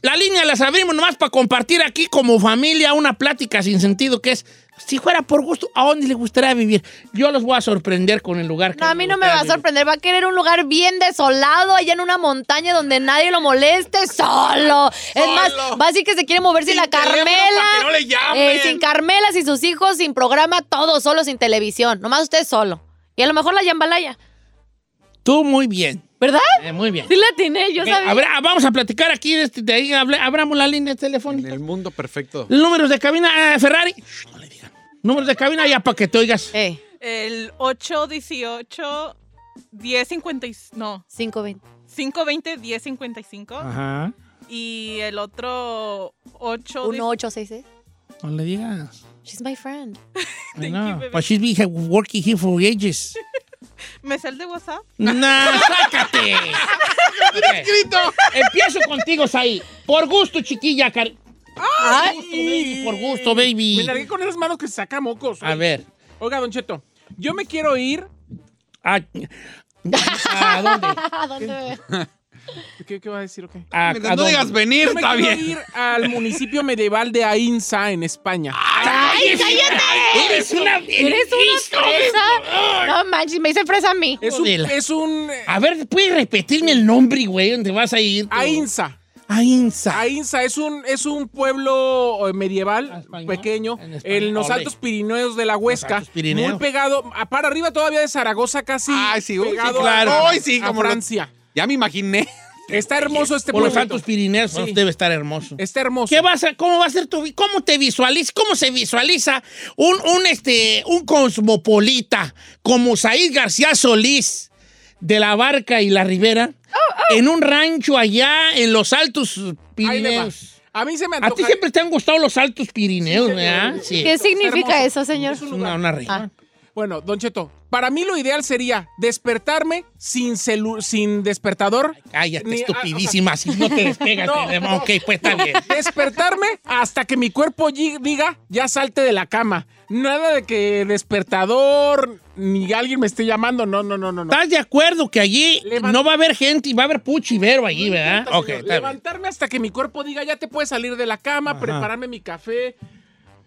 La línea la abrimos nomás para compartir aquí como familia una plática sin sentido que es Si fuera por gusto, ¿a dónde le gustaría vivir? Yo los voy a sorprender con el lugar que
No, a mí no me va a
gustaría vivir.
sorprender. Va a querer un lugar bien desolado, allá en una montaña donde nadie lo moleste, solo. Es más, va a decir que se quiere mover sin, la Carmela.
que no le llamen.
eh, sin Carmela, sin sus hijos, sin programa, todo solo, sin televisión. Nomás usted solo. Y a lo mejor la Jambalaya.
Tú muy bien.
¿Verdad?
eh, muy bien.
[LAUGHS] Sí la tiene, yo
Ok,
sabía.
a ver, ah, vamos a platicar aquí. De, este- de ahí hable- abramos la línea
En
telefónica.
el mundo perfecto.
Números de cabina, eh, Ferrari. Shh, no le digan. Números de cabina ya para que te oigas.
Eh,
El 818 1050 y- no,
520.
520 1055
Ajá.
y el otro 8
1866.
No le digas.
She's my friend.
I
you,
know.
baby.
But she's been working here for ages.
¿Me sale de WhatsApp?
¡Nah,
[LAUGHS]
sácate! escrito? Empiezo contigo, Saí. Por gusto, chiquilla. car- Por gusto, baby.
Me
Por gusto, baby.
largué con esas manos que se saca mocos.
A ver.
Oiga, Don Cheto, yo me quiero ir.
¿A, ¿a
[LAUGHS]
dónde?
¿A dónde me
¿Qué, qué va a decir? ok?
¿A,
Mira,
a
no
dónde?
digas venir,
Yo me
está
quiero
bien.
ir al municipio medieval de Ainsa, en España.
Ah, ¡Ay, cállate! ¡Eres una...
¿Eres una
¡Hijo de-
fresa? No manches, me dice fresa a mí.
es un.
jodela.
Es un. eh,
A ver, ¿puedes repetirme el nombre, güey? ¿Dónde vas a ir? Ah, tú?
Ainsa.
Ainsa.
Ainsa es un, es un pueblo eh, medieval
Ah, Español,
pequeño
en
en,
español.
los
Ole.
Altos Pirineos de la Huesca.
Altos Pirineos.
Muy pegado, a- para arriba todavía de Zaragoza casi.
Ay, sí, uy, sí,
pegado
claro.
a,
Ay, sí,
a
como lo-
Francia.
Ya me imaginé.
Está hermoso este
Por los
pueblo.
Santos Pirineos.
Sí.
Debe estar hermoso.
Está hermoso.
¿Qué vas a, cómo va a ser tu vi- cómo te visualiza, cómo se visualiza un, un, este, un cosmopolita como Said García Solís de la Barca y la Ribera en un rancho allá en los Altos
Ahí le va.
Pirineos?
A mí se me
A ti
antoja.
siempre te han gustado los Altos Pirineos, ¿verdad? Sí.
¿Qué significa
hermoso.
eso, señor?
Es un lugar.
Una, una región.
Ah.
Bueno, Don Cheto, para mí lo ideal sería despertarme sin, celu- sin despertador.
Cállate,
Ni- ah,
estupidísima, si no te
[LAUGHS]
despegas.
No,
te-
no,
ok, pues
[LAUGHS]
está bien.
Despertarme hasta que mi cuerpo lli- diga, ya salte de la cama. Nada de que despertador ni alguien me esté llamando. No, no, no, no. no.
¿Estás de acuerdo que allí
Levanta-
no va a haber gente y va a haber puchivero allí, ¿verdad?
Señor,
¿Ah? Ok, está bien.
Levantarme hasta que mi cuerpo diga, ya te puedes salir de la cama, prepararme mi café,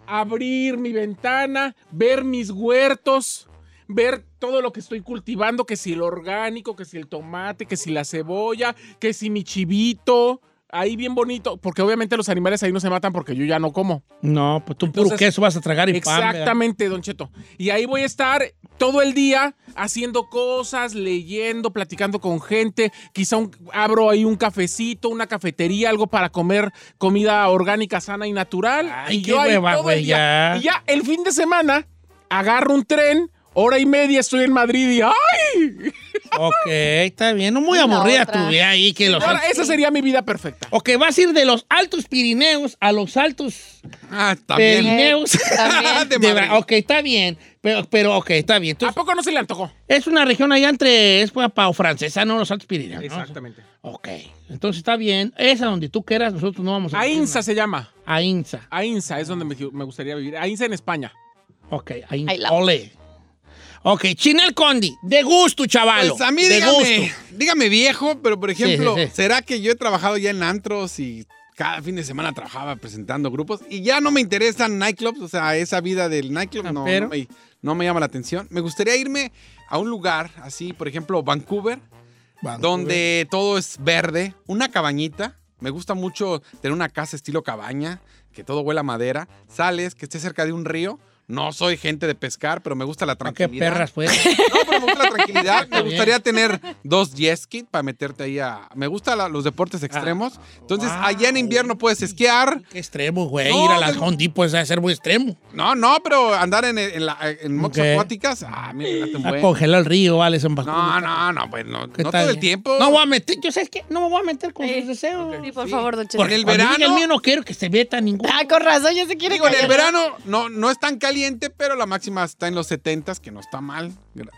abrir mi ventana, ver mis huertos, ver todo lo que estoy cultivando, que si el orgánico, que si el tomate, que si la cebolla, que si mi chivito. Ahí bien bonito, porque obviamente los animales ahí no se matan porque yo ya no como.
No, pues tú puro
Entonces,
queso vas a tragar y pan. ¿verdad?
Exactamente, Don Cheto. Y ahí voy a estar todo el día haciendo cosas, leyendo, platicando con gente. Quizá un- abro ahí un cafecito, una cafetería, algo para comer comida orgánica, sana y natural.
Ay,
y
qué
ahí
hueva,
todo el
güey,
día.
ya.
Y ya el fin de semana agarro un tren, hora y media estoy en Madrid y ¡ay!
Ok, está bien. No muy
Y la
aburrida
otra.
tu vida ahí que los.
Ahora, esa sería mi vida perfecta.
Ok, vas a ir de los altos Pirineos a los altos
Ah, también.
Pirineos.
Eh,
[LAUGHS]
También.
De verdad, ok, está bien. Pero, pero ok, está bien.
¿A
Entonces,
poco no se le antojó?
es una región allá entre. Es para francesa, no los altos Pirineos. ¿no?
Exactamente.
Ok, entonces está bien. Esa donde tú quieras, nosotros no vamos a.
Ainsa se llama.
A Insa.
Ainsa es donde me, me gustaría vivir. Ainsa en España.
Ok, a Insa.
Ahí la-
Ole. Ok, Chinel Condi. De gusto, chaval.
Pues a mí
de
dígame,
gusto.
dígame viejo, pero por
Sí,
ejemplo,
sí, sí.
¿será que yo he trabajado ya en antros y cada fin de semana trabajaba presentando grupos y ya no me interesan nightclubs? O sea, esa vida del nightclub no, no
Campero.
me, no me llama la atención. Me gustaría irme a un lugar así, por ejemplo, Vancouver, donde todo es verde, una cabañita. Me gusta mucho tener una casa estilo cabaña, que todo huela a madera. Sales, que esté cerca de un río. No soy gente de pescar, pero me gusta la
Ah, Qué
tranquilidad.
perras, pues.
[LAUGHS] No, pero me gusta la tranquilidad. Me
Está bien.
gustaría tener dos jet ski para meterte ahí a. Me gustan la- los
Ah.
deportes extremos. Entonces,
wow.
allá en invierno puedes esquiar.
Qué extremo, güey.
No,
ir a las
pero-
Home Depot es ser muy extremo.
No, no, pero andar en, en, la- en motos
Ok.
acuáticas. Ah, mira, late un
A
buen.
congelar el río, vale, son
No, no, no, pues no,
¿Qué
no
tal?
todo el tiempo.
No voy a meter, yo sabes que no me voy a meter con
Eh,
sus deseos.
Sí, por favor, Don Cheto.
Porque
En el
cuando
verano-
diga el mío no quiero que se meta ningún.
Ah, con razón, ya se quiere
Digo, en el
callar.
verano no, no es tan caliente, pero la máxima está en los 70, que no está mal.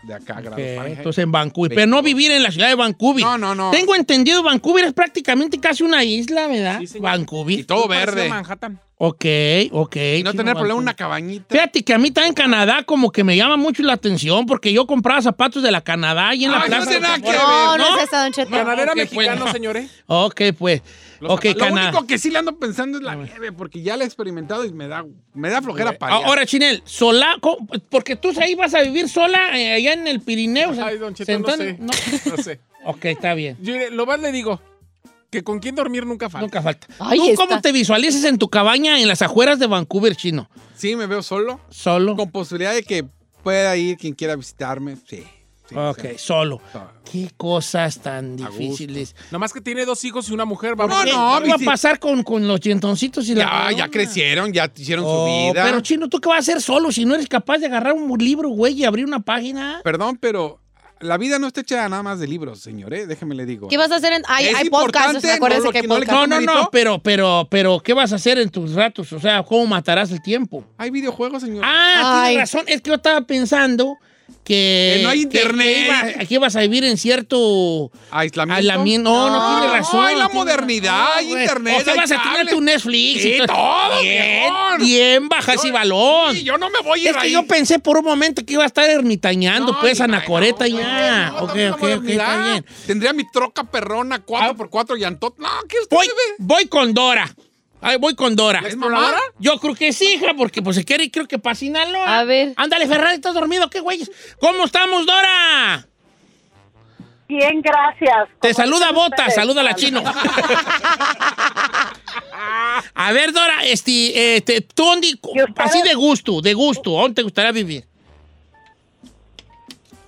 De acá, grados
Ok,
Fahrenheit.
Ah, entonces en Vancouver, pero no
22.
vivir en la ciudad de Vancouver.
No, no, no.
Tengo entendido, Vancouver es prácticamente casi una isla, ¿verdad?
Sí, señor.
Vancouver.
Y todo
Parecido a
verde.
Manhattan.
Ok, ok.
Y no
sí,
tener
no,
problema en una
Vancouver.
cabañita.
Fíjate que a mí está en Canadá como que me llama mucho la atención porque yo compraba zapatos de la Canadá y en la
Ay, Ah, no
plaza.
tiene nada que ver.
No, no,
¿No?
es esa, Don Cheto.
Ganadera
ok, pues,
mexicano,
no.
señores.
Ok, pues.
Los
Ok,
tapa- Lo
cana.
único que sí le ando pensando es la nieve, porque ya la he experimentado y me da, me da flojera para
Ahora, Chinel, sola, ¿cómo? porque tú ahí vas a vivir sola, eh, allá en el Pirineo.
Ay, don Cheto, no
sentado-
sé.
no.
No sé.
Ok, está bien.
Yo iré- lo más le digo, que con quién dormir nunca falta.
Nunca falta.
Ahí
¿Tú
está.
cómo te visualizas en tu cabaña en las afueras de Vancouver, chino?
Sí, me veo solo.
Solo.
Con posibilidad de que pueda ir quien quiera visitarme. Sí. sí,
ok,
sí.
solo.
Solo.
Qué cosas tan difíciles.
Nomás que tiene dos hijos y una mujer. Vamos.
No,
¿Qué, ¿Qué
no,
va a
Ah, visi-
pasar con, con los dientoncitos y la
Ya, ya
corona?
crecieron, ya hicieron
Oh,
su vida.
Pero, chino, ¿tú qué vas a hacer solo si no eres capaz de agarrar un libro, güey, y abrir una página?
Perdón, pero la vida no está hecha nada más de libros, señores. Déjeme le digo.
¿Qué vas a hacer en.? Hay,
Es
hay podcasts,
importante,
acuérdense
no lo
que hay
que no le-
podcasts.
No, no, no,
¿Mérito?
pero, pero, pero, ¿qué vas a hacer en tus ratos? O sea, ¿cómo matarás el tiempo?
Hay videojuegos, señor.
Ah,
Ay.
tienes razón. Es que yo estaba pensando que.
Que no hay
que-
internet.
Que, iba- que ibas a vivir en cierto.
Aislamiento.
aislamiento. No, no, tiene razón.
hay la
tiene
modernidad,
razón,
hay
güey.
internet,
O sea,
hay
vas a tener
cable.
tu Netflix.
Sí, todo,
Bien,
viejón.
bien, bajas y balón.
Sí, yo no me voy a ir
Es que
ahí.
yo pensé por un momento que iba a estar ermitañando,
No,
pues,
ni-
anacoreta
ay, no,
ya.
no, no,
ok,
tampoco
ok,
la
ok, está
modernidad.
bien. Ah.
Tendría mi troca perrona 4x4 y antot. No, ¿qué usted
Voy,
ve?
voy con Dora. Ay, voy con Dora.
¿Es mamá?
Yo creo que sí, hija, porque pues se quiere ir, creo que para Sinaloa.
A ver.
Ándale, Ferrari, estás dormido, qué güeyes. ¿Cómo estamos, Dora?
Bien, gracias.
Te
Como
saluda
dicen
Bota,
ustedes.
saluda la chino. [LAUGHS] A ver, Dora, este, este, tú dónde-
ustedes?
así de gusto, de gusto, ¿dónde te gustaría vivir?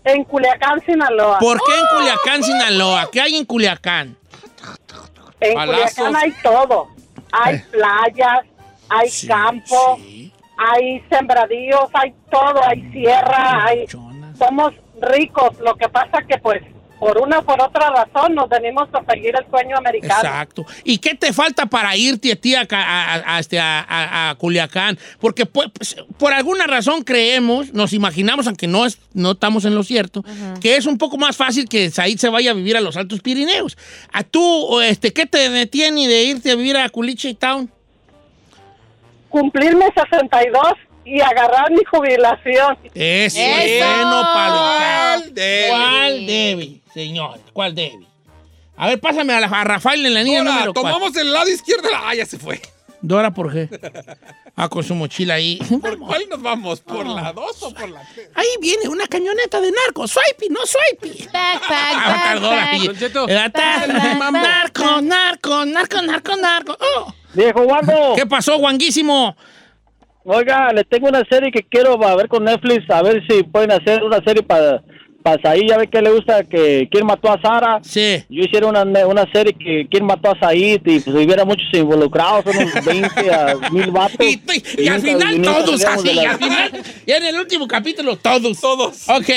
En Culiacán, Sinaloa.
¿Por qué en Culiacán, Sinaloa? ¿Qué hay en Culiacán?
en
balazos.
Culiacán hay todo. Hay playas, hay
Eh. Sí,
campo,
sí. Mm,
hay sembradíos, hay todo, hay sierra, hay...
Chonas.
Somos ricos, lo que pasa que pues por una o por otra razón nos venimos a seguir el sueño americano.
Exacto. ¿Y qué te falta para irte a ti a, ca- a- a- a este, a- a- a Culiacán? Porque pu- pues, por alguna razón creemos, nos imaginamos, aunque no, es, no estamos en lo cierto, que es un poco más fácil que Said se vaya a vivir a los Altos Pirineos. ¿A tú, o, este, qué te detiene de irte a vivir a Culiche Town?
Cumplirme 62 y agarrar mi jubilación.
Eso, es
¡Eso!
bueno para
¿Cuál debe?
¿Cuál debe, señor? ¿Cuál debe? A ver, pásame a, la- a Rafael en la niña
Ahora,
número cuatro.
tomamos el lado izquierdo. Ah, ya se fue.
[LAUGHS] Dora, ¿por qué? Ah, con su mochila ahí.
¿Por cuál nos vamos? ¿Por la 2 o por la 3?
Ahí viene una camioneta de narco. Swipey, no swipey.
Back, back,
Ah,
back, back.
perdón,
Don Cheto,
Eh, atrás.
back, back, back.
Narco, narco, narco, narco, narco. Oh,
Viejo Wando,
¿Qué pasó, guanguísimo?
oiga, le tengo una serie que quiero va, a ver con Netflix, a ver si pueden hacer una serie para para ahí, ya ve que le gusta que quién mató a Sara.
Sí.
Yo hiciera una, una serie que quién mató a Said y pues hubiera muchos involucrados, unos 20 a 1000 vatos.
Y, y- y al
nunca- y
final
nunca
todos
salíamos de
así,
la-
al final, ya en el último capítulo todos.
Todos.
Ok,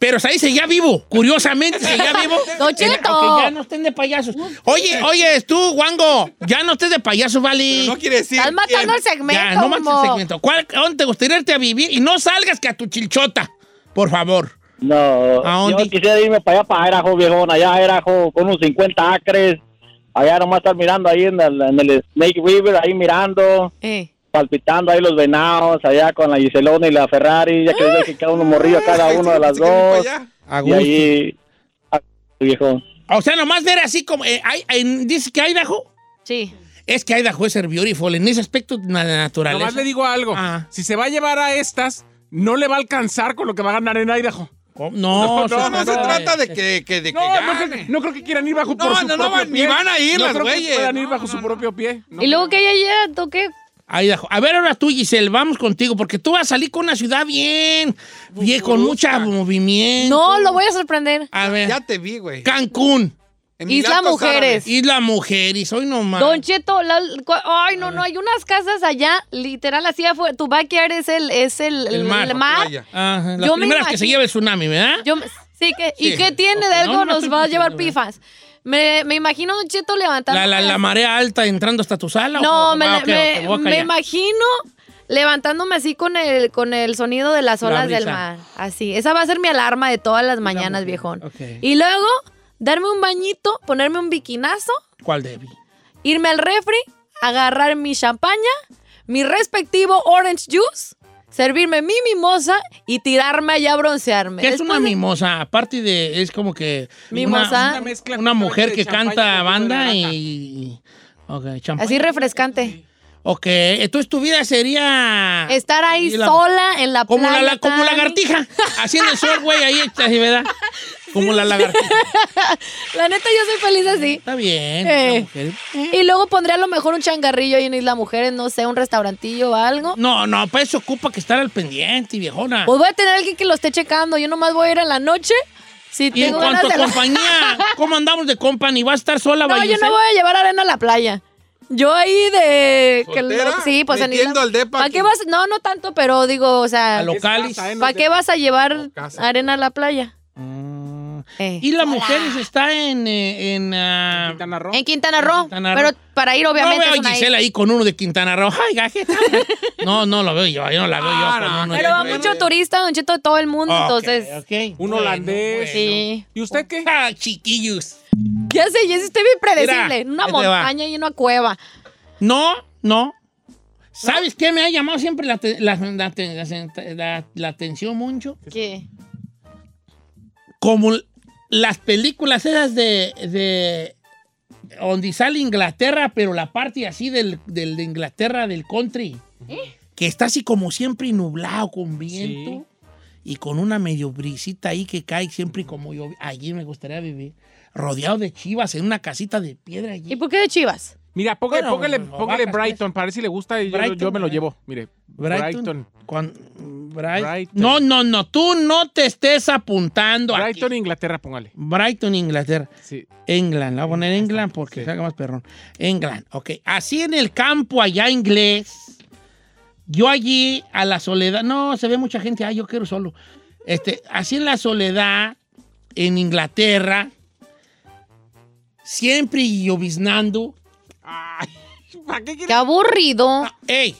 pero ahí seguía vivo, curiosamente seguía vivo.
[LAUGHS] Don Cheto.
En- aunque ya no estén de payasos. Oye, oye, tú, Wango, ya no estés de payasos, vale.
No quiere decir.
Estás matando el
quién.
segmento.
Ya, no mates el
homo.
segmento. ¿Cuál, a ¿Dónde te gustaría irte a vivir? Y no salgas que a tu chilchota, por favor. ¿A
No,
dónde?
yo quisiera irme para allá, para Idaho, viejón, allá Idaho, con unos 50 acres, allá nomás estar mirando ahí en el, en el Snake River, ahí mirando,
Eh.
palpitando ahí los venados, allá con la Giselona y la Ferrari, ya que ves que cada uno morrillo a cada
Ay,
uno de
sí,
las
se quieren
dos,
para allá.
y ahí, ah, viejón.
O sea, nomás ver así como... eh, hay- en- dice que Idaho...
Sí.
Es que Idaho es ser beautiful en ese aspecto de la naturaleza.
Nomás le digo algo.
Ah.
Si se va a llevar a estas, no le va a alcanzar con lo que va a ganar en Idaho.
¿Cómo? No,
No, no se trata de que, que, de que
No, no,
gane.
creo- no creo que quieran ir bajo por
No,
su
no, no,
propio
ni
pie.
van a ir
No
las
creo que
güeyes.
puedan ir
No,
bajo
no,
su
no.
propio pie. No.
¿Y luego qué hay ayer? ¿Tú qué?
Idaho. A ver, ahora tú, Giselle, vamos contigo, porque tú vas a salir con una ciudad bien, bien con mucho movimiento.
No, lo voy a sorprender.
A ver,
Ya te vi, güey.
Cancún,
En
Isla
Emiratos
Mujeres.
Isla Mujeres, hoy nomás.
Don Cheto, la- cua- ay, no, no, hay unas casas allá, literal, así afuera. Tu backyard es el, es el,
El mar.
Árabes. Playa.
Ajá, las
Yo me
primeras que se
imagino-
lleva el tsunami, ¿verdad?
Yo me- sí, que, ¿y
Sí,
qué tiene de
ok, no,
algo?
no
Nos
estoy
va a llevar
diciendo
pifas. Me, me imagino a Don Cheto levantando.
la, la- la marea alta entrando hasta tu sala. ¿o
No,
cómo?
me,
Ah, ok,
me-
ok, voy a
me
callar.
imagino levantándome así con el, con el sonido de las
La
olas del
brisa.
mar. Así. Esa va a ser mi alarma de todas las mañanas, viejón.
ok.
Y luego, darme un bañito, ponerme un biquinazo,
¿Cuál Debbie?
irme al refri, agarrar mi champaña, mi respectivo orange juice, servirme mi mimosa y tirarme allá a broncearme.
¿Qué es
Después
una
de-
mimosa? Aparte de, es como que... una-
Mimosa.
Una, mujer que
Champaña
canta
con jugo de
banda
naranja.
y... Ok, champán.
Así refrescante.
Ok, entonces tu vida sería...
Estar ahí
Ah, Y la-
sola en la
Como la,
playa.
la- como
Tani.
lagartija, haciendo el sol, güey, ahí, así, ¿verdad? Como la lagartija.
[LAUGHS] La neta, yo soy feliz así.
Está bien,
Eh.
la mujer.
Y luego pondría a lo mejor un changarrillo ahí en Isla Mujeres, no sé, un restaurantillo o algo.
No, no, para eso ocupa que estar al pendiente, viejona.
Pues voy a tener alguien que lo esté checando. Yo nomás voy a ir en la noche. Si
Y en
tengo ganas
cuanto
de
a
la-
compañía, ¿cómo andamos de company? ¿Va a estar sola,
No, yo
Bayucel?
no voy a llevar arena a la playa. Yo ahí de... que
¿Soltera?
lo- Sí, pues en
Metiendo
Isla...
al depa
¿Para
aquí.
qué vas? No, no tanto, pero digo, o sea...
A locales.
casa, ¿eh? No
¿Para qué vas a llevar
casa.
arena a la playa? Eh.
Mm. Y las mujeres está en... eh, en ah,
En Quintana Roo.
Quintana Roo.
Pero para ir,
no
obviamente,
veo
son
a
ahí.
Gisela ahí con uno de Quintana Roo. Ay, gajeta. no, no lo veo yo, yo no la veo yo.
Ah,
con
no,
uno de-
Pero va mucho turista, don Cheto, de todo el mundo,
Ok,
entonces...
ok,
Un
bueno,
holandés.
Sí.
¿Y usted qué?
bueno. Ah, chiquillos.
Ya sé, ya sé, estoy bien
Mira,
predecible. En una
ahí te va.
montaña y en una cueva.
No, no. ¿Sabes qué me ha llamado siempre la, te- la- la- la- la- la atención mucho?
¿Qué?
Como l- las películas esas de, de donde sale Inglaterra, pero la parte así del, del- de Inglaterra del country.
¿Eh?
Que está así como siempre nublado con viento y con una medio brisita ahí que cae siempre como yo. Allí me gustaría vivir. Rodeado de chivas en una casita de piedra allí.
¿Y por qué de Chivas?
Mira, póngale,
Bueno,
póngale,
no,
póngale
vacas, pues.
Brighton, para ver si le gusta y yo- yo,
Brighton, eh.
me lo
¿verdad?
llevo. Mire, Brighton.
Cuan- Bright-
Brighton.
No, no, no. Tú no te estés apuntando aquí.
Brighton, Inglaterra, póngale.
Brighton, Inglaterra.
Sí.
England. La voy a poner England porque
Sí.
salga más perrón. England. Ok. Así en el campo allá inglés. Yo allí a la soledad. No, se ve mucha gente. Ah, yo quiero solo. Este, así en la soledad, en Inglaterra, siempre lloviznando.
Ay, ¿para qué
Qué
quiere?
aburrido.
Ah, ¡Ey!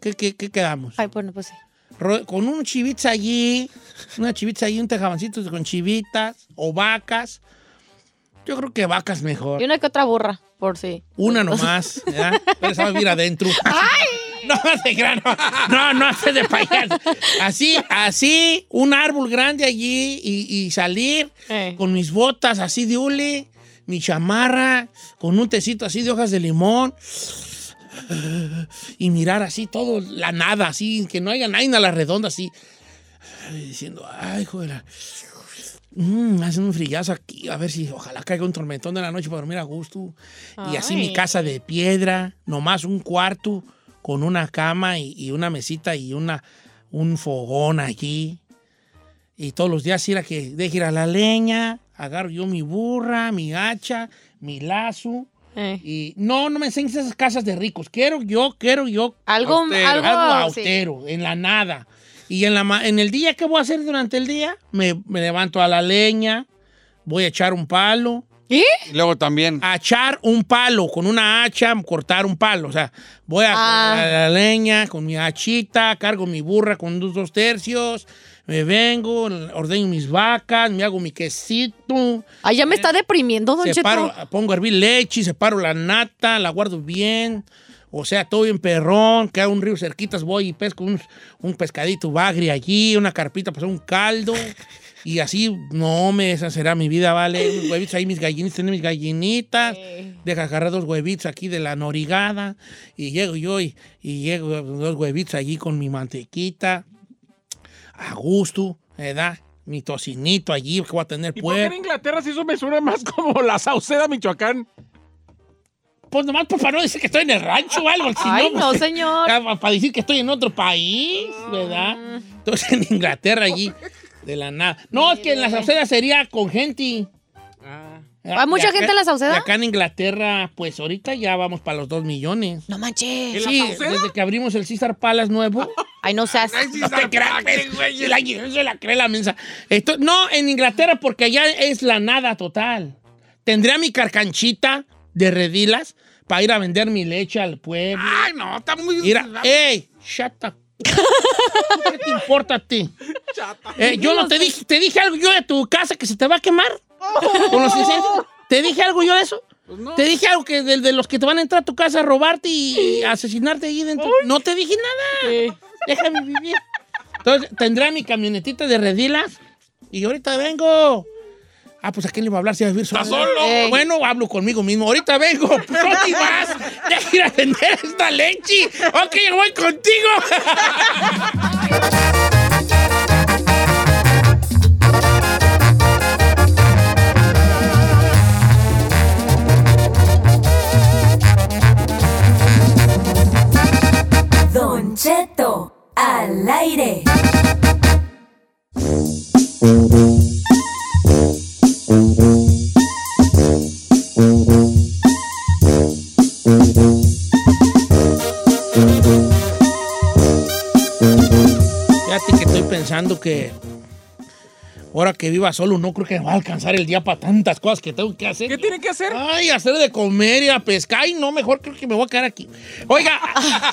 ¿Qué, qué, qué quedamos?
Ay, bueno, pues sí.
Ro- con un chivitza allí, una chivitza allí, un tejabancito con chivitas o vacas. Yo creo que vacas mejor.
Y una que otra burra, por si.
Una nomás, ¿verdad? Pero esa va a vivir adentro. [LAUGHS] No, de grano. No, no hace de payaso. Así, así, un árbol grande allí y, y salir
Eh.
con mis botas así de hule, mi chamarra, con un tecito así de hojas de limón. Y mirar así todo, la nada, así, que no haya nadie a la redonda, así. Y Diciendo, ay, joder. Mm, hacen un frillazo aquí, a ver si ojalá caiga un tormentón de la noche para dormir a gusto. Y así mi
Ay.
casa de piedra, nomás un cuarto con una cama y, y una mesita y una, un fogón allí. Y todos los días ir a que deje ir a la leña, agarro yo mi burra, mi hacha, mi lazo.
Eh.
Y no, no me enseñes esas casas de ricos. Quiero yo, quiero yo
Algo,
Austero.
algo,
algo
sí.
austero, en la nada. Y en, la, ma- en el día, ¿qué voy a hacer durante el día? Me, me levanto a la leña, voy a echar un palo,
¿Y?
Y luego también.
a echar un palo con una hacha, cortar un palo. O sea, voy a,
Ah.
a la leña con mi hachita, cargo mi burra con dos, dos tercios, me vengo, ordeño mis vacas, me hago mi quesito,
Ay, ya me
Eh,
está deprimiendo, don
separo,
Cheto.
pongo a hervir leche, separo la nata, la guardo bien. O sea, todo bien perrón, queda un río cerquitas, voy y pesco un, un pescadito bagre allí, una carpita para hacer un caldo. Y así, no, me, esa será mi vida, vale. Unos huevitos ahí, mis gallinitas, tengo mis gallinitas. Deja agarrar dos huevitos aquí de la norigada. Y llego yo y, y llego dos huevitos allí con mi mantequita. A gusto, ¿verdad? Mi tocinito allí, que voy a tener
¿Y por qué en
puerco.
Inglaterra si eso me suena más como la Sauceda, Michoacán?
Pues nomás, por favor, no decir que estoy en el rancho o algo. si
Ay,
pues,
no, señor. Mm.
Para decir que estoy en otro país, ¿verdad? Entonces en Inglaterra allí, de la nada. No, es que en la Sauceda sería con gente.
¿Va eh. Ah, mucha gente a la Sauceda?
Acá en Inglaterra, pues ahorita ya vamos para los dos millones.
No manches.
¿En la
Sí,
Sauceda?
desde que abrimos el César Palace nuevo.
Ay, no seas.
No te creas, pues, se la, se la cree la mensa. Esto, no, en Inglaterra, porque allá es la nada total. Tendría mi carcanchita de redilas para ir a vender mi leche al pueblo.
Ay, no, está muy.
Mira, eh. ¡ey! ¡Shut up! ¿Qué te importa a ti? Eh, yo no te dije, te dije algo yo de tu casa que se te va a quemar. [LAUGHS] Con los incendios. ¿Te dije algo yo de eso?
Pues
Te dije algo que de, de los que te van a entrar a tu casa a robarte y asesinarte ahí dentro. No te dije nada. Déjame vivir. Entonces, tendrá mi camionetita de redilas y ahorita vengo. Ah, pues ¿a quién le va a hablar si va a vivir solo?
solo? Ey.
Bueno, hablo conmigo mismo. Ahorita vengo. [LAUGHS] ¿Dónde vas? Deja ir a vender esta leche. Ok, yo voy contigo.
Don Cheto, al aire.
Fíjate que estoy pensando que ahora que viva solo no creo que me va a alcanzar el día para tantas cosas que tengo que hacer. ¿Qué tiene que hacer? Ay, hacer de comer y a pescar. Ay, no, mejor creo que me voy a quedar aquí. [LAUGHS] Oiga,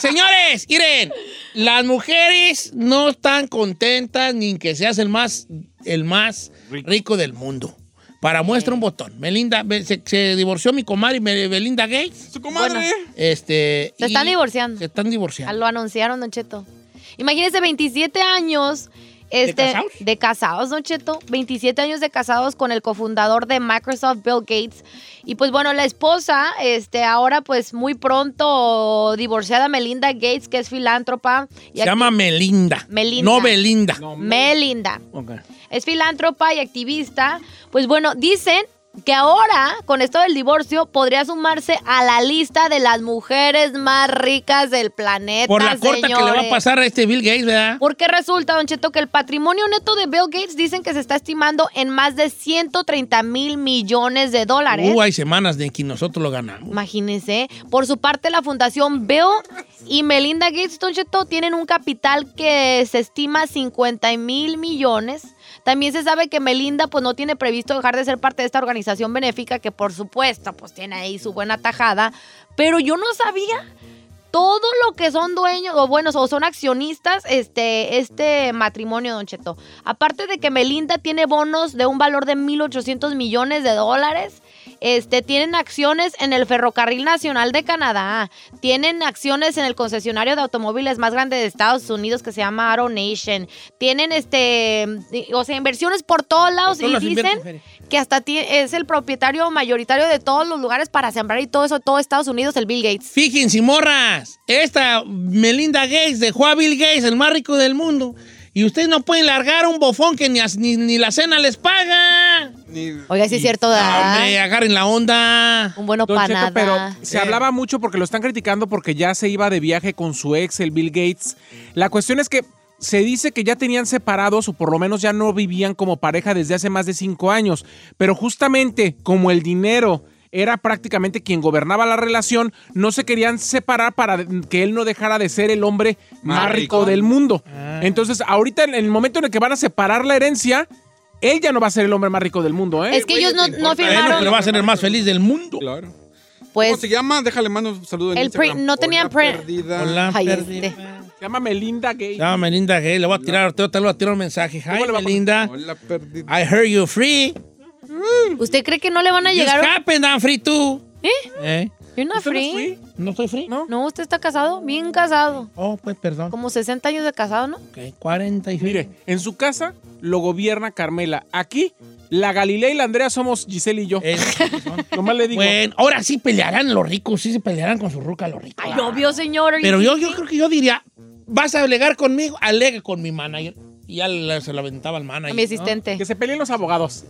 señores, miren, las mujeres no están contentas ni que seas el más, el más rico. del mundo. Para muestra un botón. Melinda, ve- se, se divorció mi comadre Be- Belinda Gates. ¿Su
comadre. Bueno.
Este.
Se están
y
divorciando.
Se están divorciando.
Lo anunciaron, Don Cheto. Imagínese, 27 años. Este,
casados?
de casados, Don Cheto. 27 años de casados con el cofundador de Microsoft, Bill Gates. Y pues bueno, la esposa, este, ahora pues muy pronto divorciada, Melinda Gates, que es filántropa. y
Se llama Melinda.
Melinda.
No Belinda.
Melinda.
Ok.
Es filántropa y activista. Pues bueno, dicen que ahora, con esto del divorcio, podría sumarse a la lista de las mujeres más ricas del planeta.
Por la corta que le va a
señores.
pasar a este Bill Gates, ¿verdad?
Porque resulta, Don Cheto, que el patrimonio neto de Bill Gates dicen que se está estimando en más de 130 mil millones de dólares.
Uh, hay semanas de que nosotros lo ganamos.
Imagínense. Por su parte, la fundación Bill y Melinda Gates Don Cheto, tienen un capital que se estima 50 mil millones. También se sabe que Melinda pues no tiene previsto dejar de ser parte de esta organización benéfica que por supuesto pues tiene ahí su buena tajada. Pero yo no sabía todo lo que son dueños o buenos o son accionistas este este matrimonio Don Cheto. Aparte de que Melinda tiene bonos de un valor de 1800 millones de dólares, este tienen acciones en el Ferrocarril Nacional de Canadá, tienen acciones en el concesionario de automóviles más grande de Estados Unidos que se llama Arrow Nation. Tienen este o sea, inversiones por todos lados
Todos
y
los invierten,
dicen
Feria.
que hasta ti- es el propietario mayoritario de todos los lugares para sembrar y todo eso, todo Estados Unidos, el Bill Gates.
Fíjense, morras. Esta Melinda Gates dejó a Bill Gates, el más rico del mundo. Y ustedes no pueden largar a un bofón que ni, as- ni, ni la cena les paga.
Oiga, sí es cierto, ¿verdad?
Hombre, agarren la onda.
Un bueno
Don
para
Cheto,
nada.
pero se
Eh.
hablaba mucho porque lo están criticando porque ya se iba de viaje con su ex, el Bill Gates. La cuestión es que se dice que ya tenían separados o por lo menos ya no vivían como pareja desde hace más de cinco años. Pero justamente como el dinero era prácticamente quien gobernaba la relación, no se querían separar para de- que él no dejara de ser el hombre
Más
más, rico. Ah.
rico.
del mundo. Entonces, ahorita en el momento en el que van a separar la herencia, él ya no va a ser el hombre más rico del mundo, ¿eh?
Es que ellos no, no
Bueno, que
firmaron.
le va a hacer el más feliz del mundo.
Claro. ¿Cómo
Pues
se llama? Déjale mando un saludo en
El pre-
Instagram.
no tenían
Hola,
pre-
perdida.
Hola,
Ay,
perdí.
este.
Se llama Melinda Gates.
No, Melinda Gates, le voy a tirar, ahorita te le voy a tirar un mensaje. Hi, Melinda.
Hola, perdida.
I heard you free.
¿usted cree que no le van a
Just
llegar?
happened, I'm free too.
¿Eh?
¿Eh?
¿You're not
¿Usted no es
free?
¿No estoy free?
No.
No, usted está casado, bien casado.
Oh, pues perdón.
Como 60 años de casado, ¿no?
Ok, 40 y
Mire, en su casa lo gobierna Carmela. Aquí, la Galilea y la Andrea somos Giselle y yo.
Eh,
Nomás le [LAUGHS] digo.
bueno, ahora sí pelearán los ricos, sí se pelearán con su ruca los ricos.
Ay, no vio, señor.
Pero yo, yo creo que yo diría, vas a alegar conmigo, alega con mi manager. Y ya le- se lo aventaba al manager.
A mi
¿no?
asistente.
Que se peleen los abogados.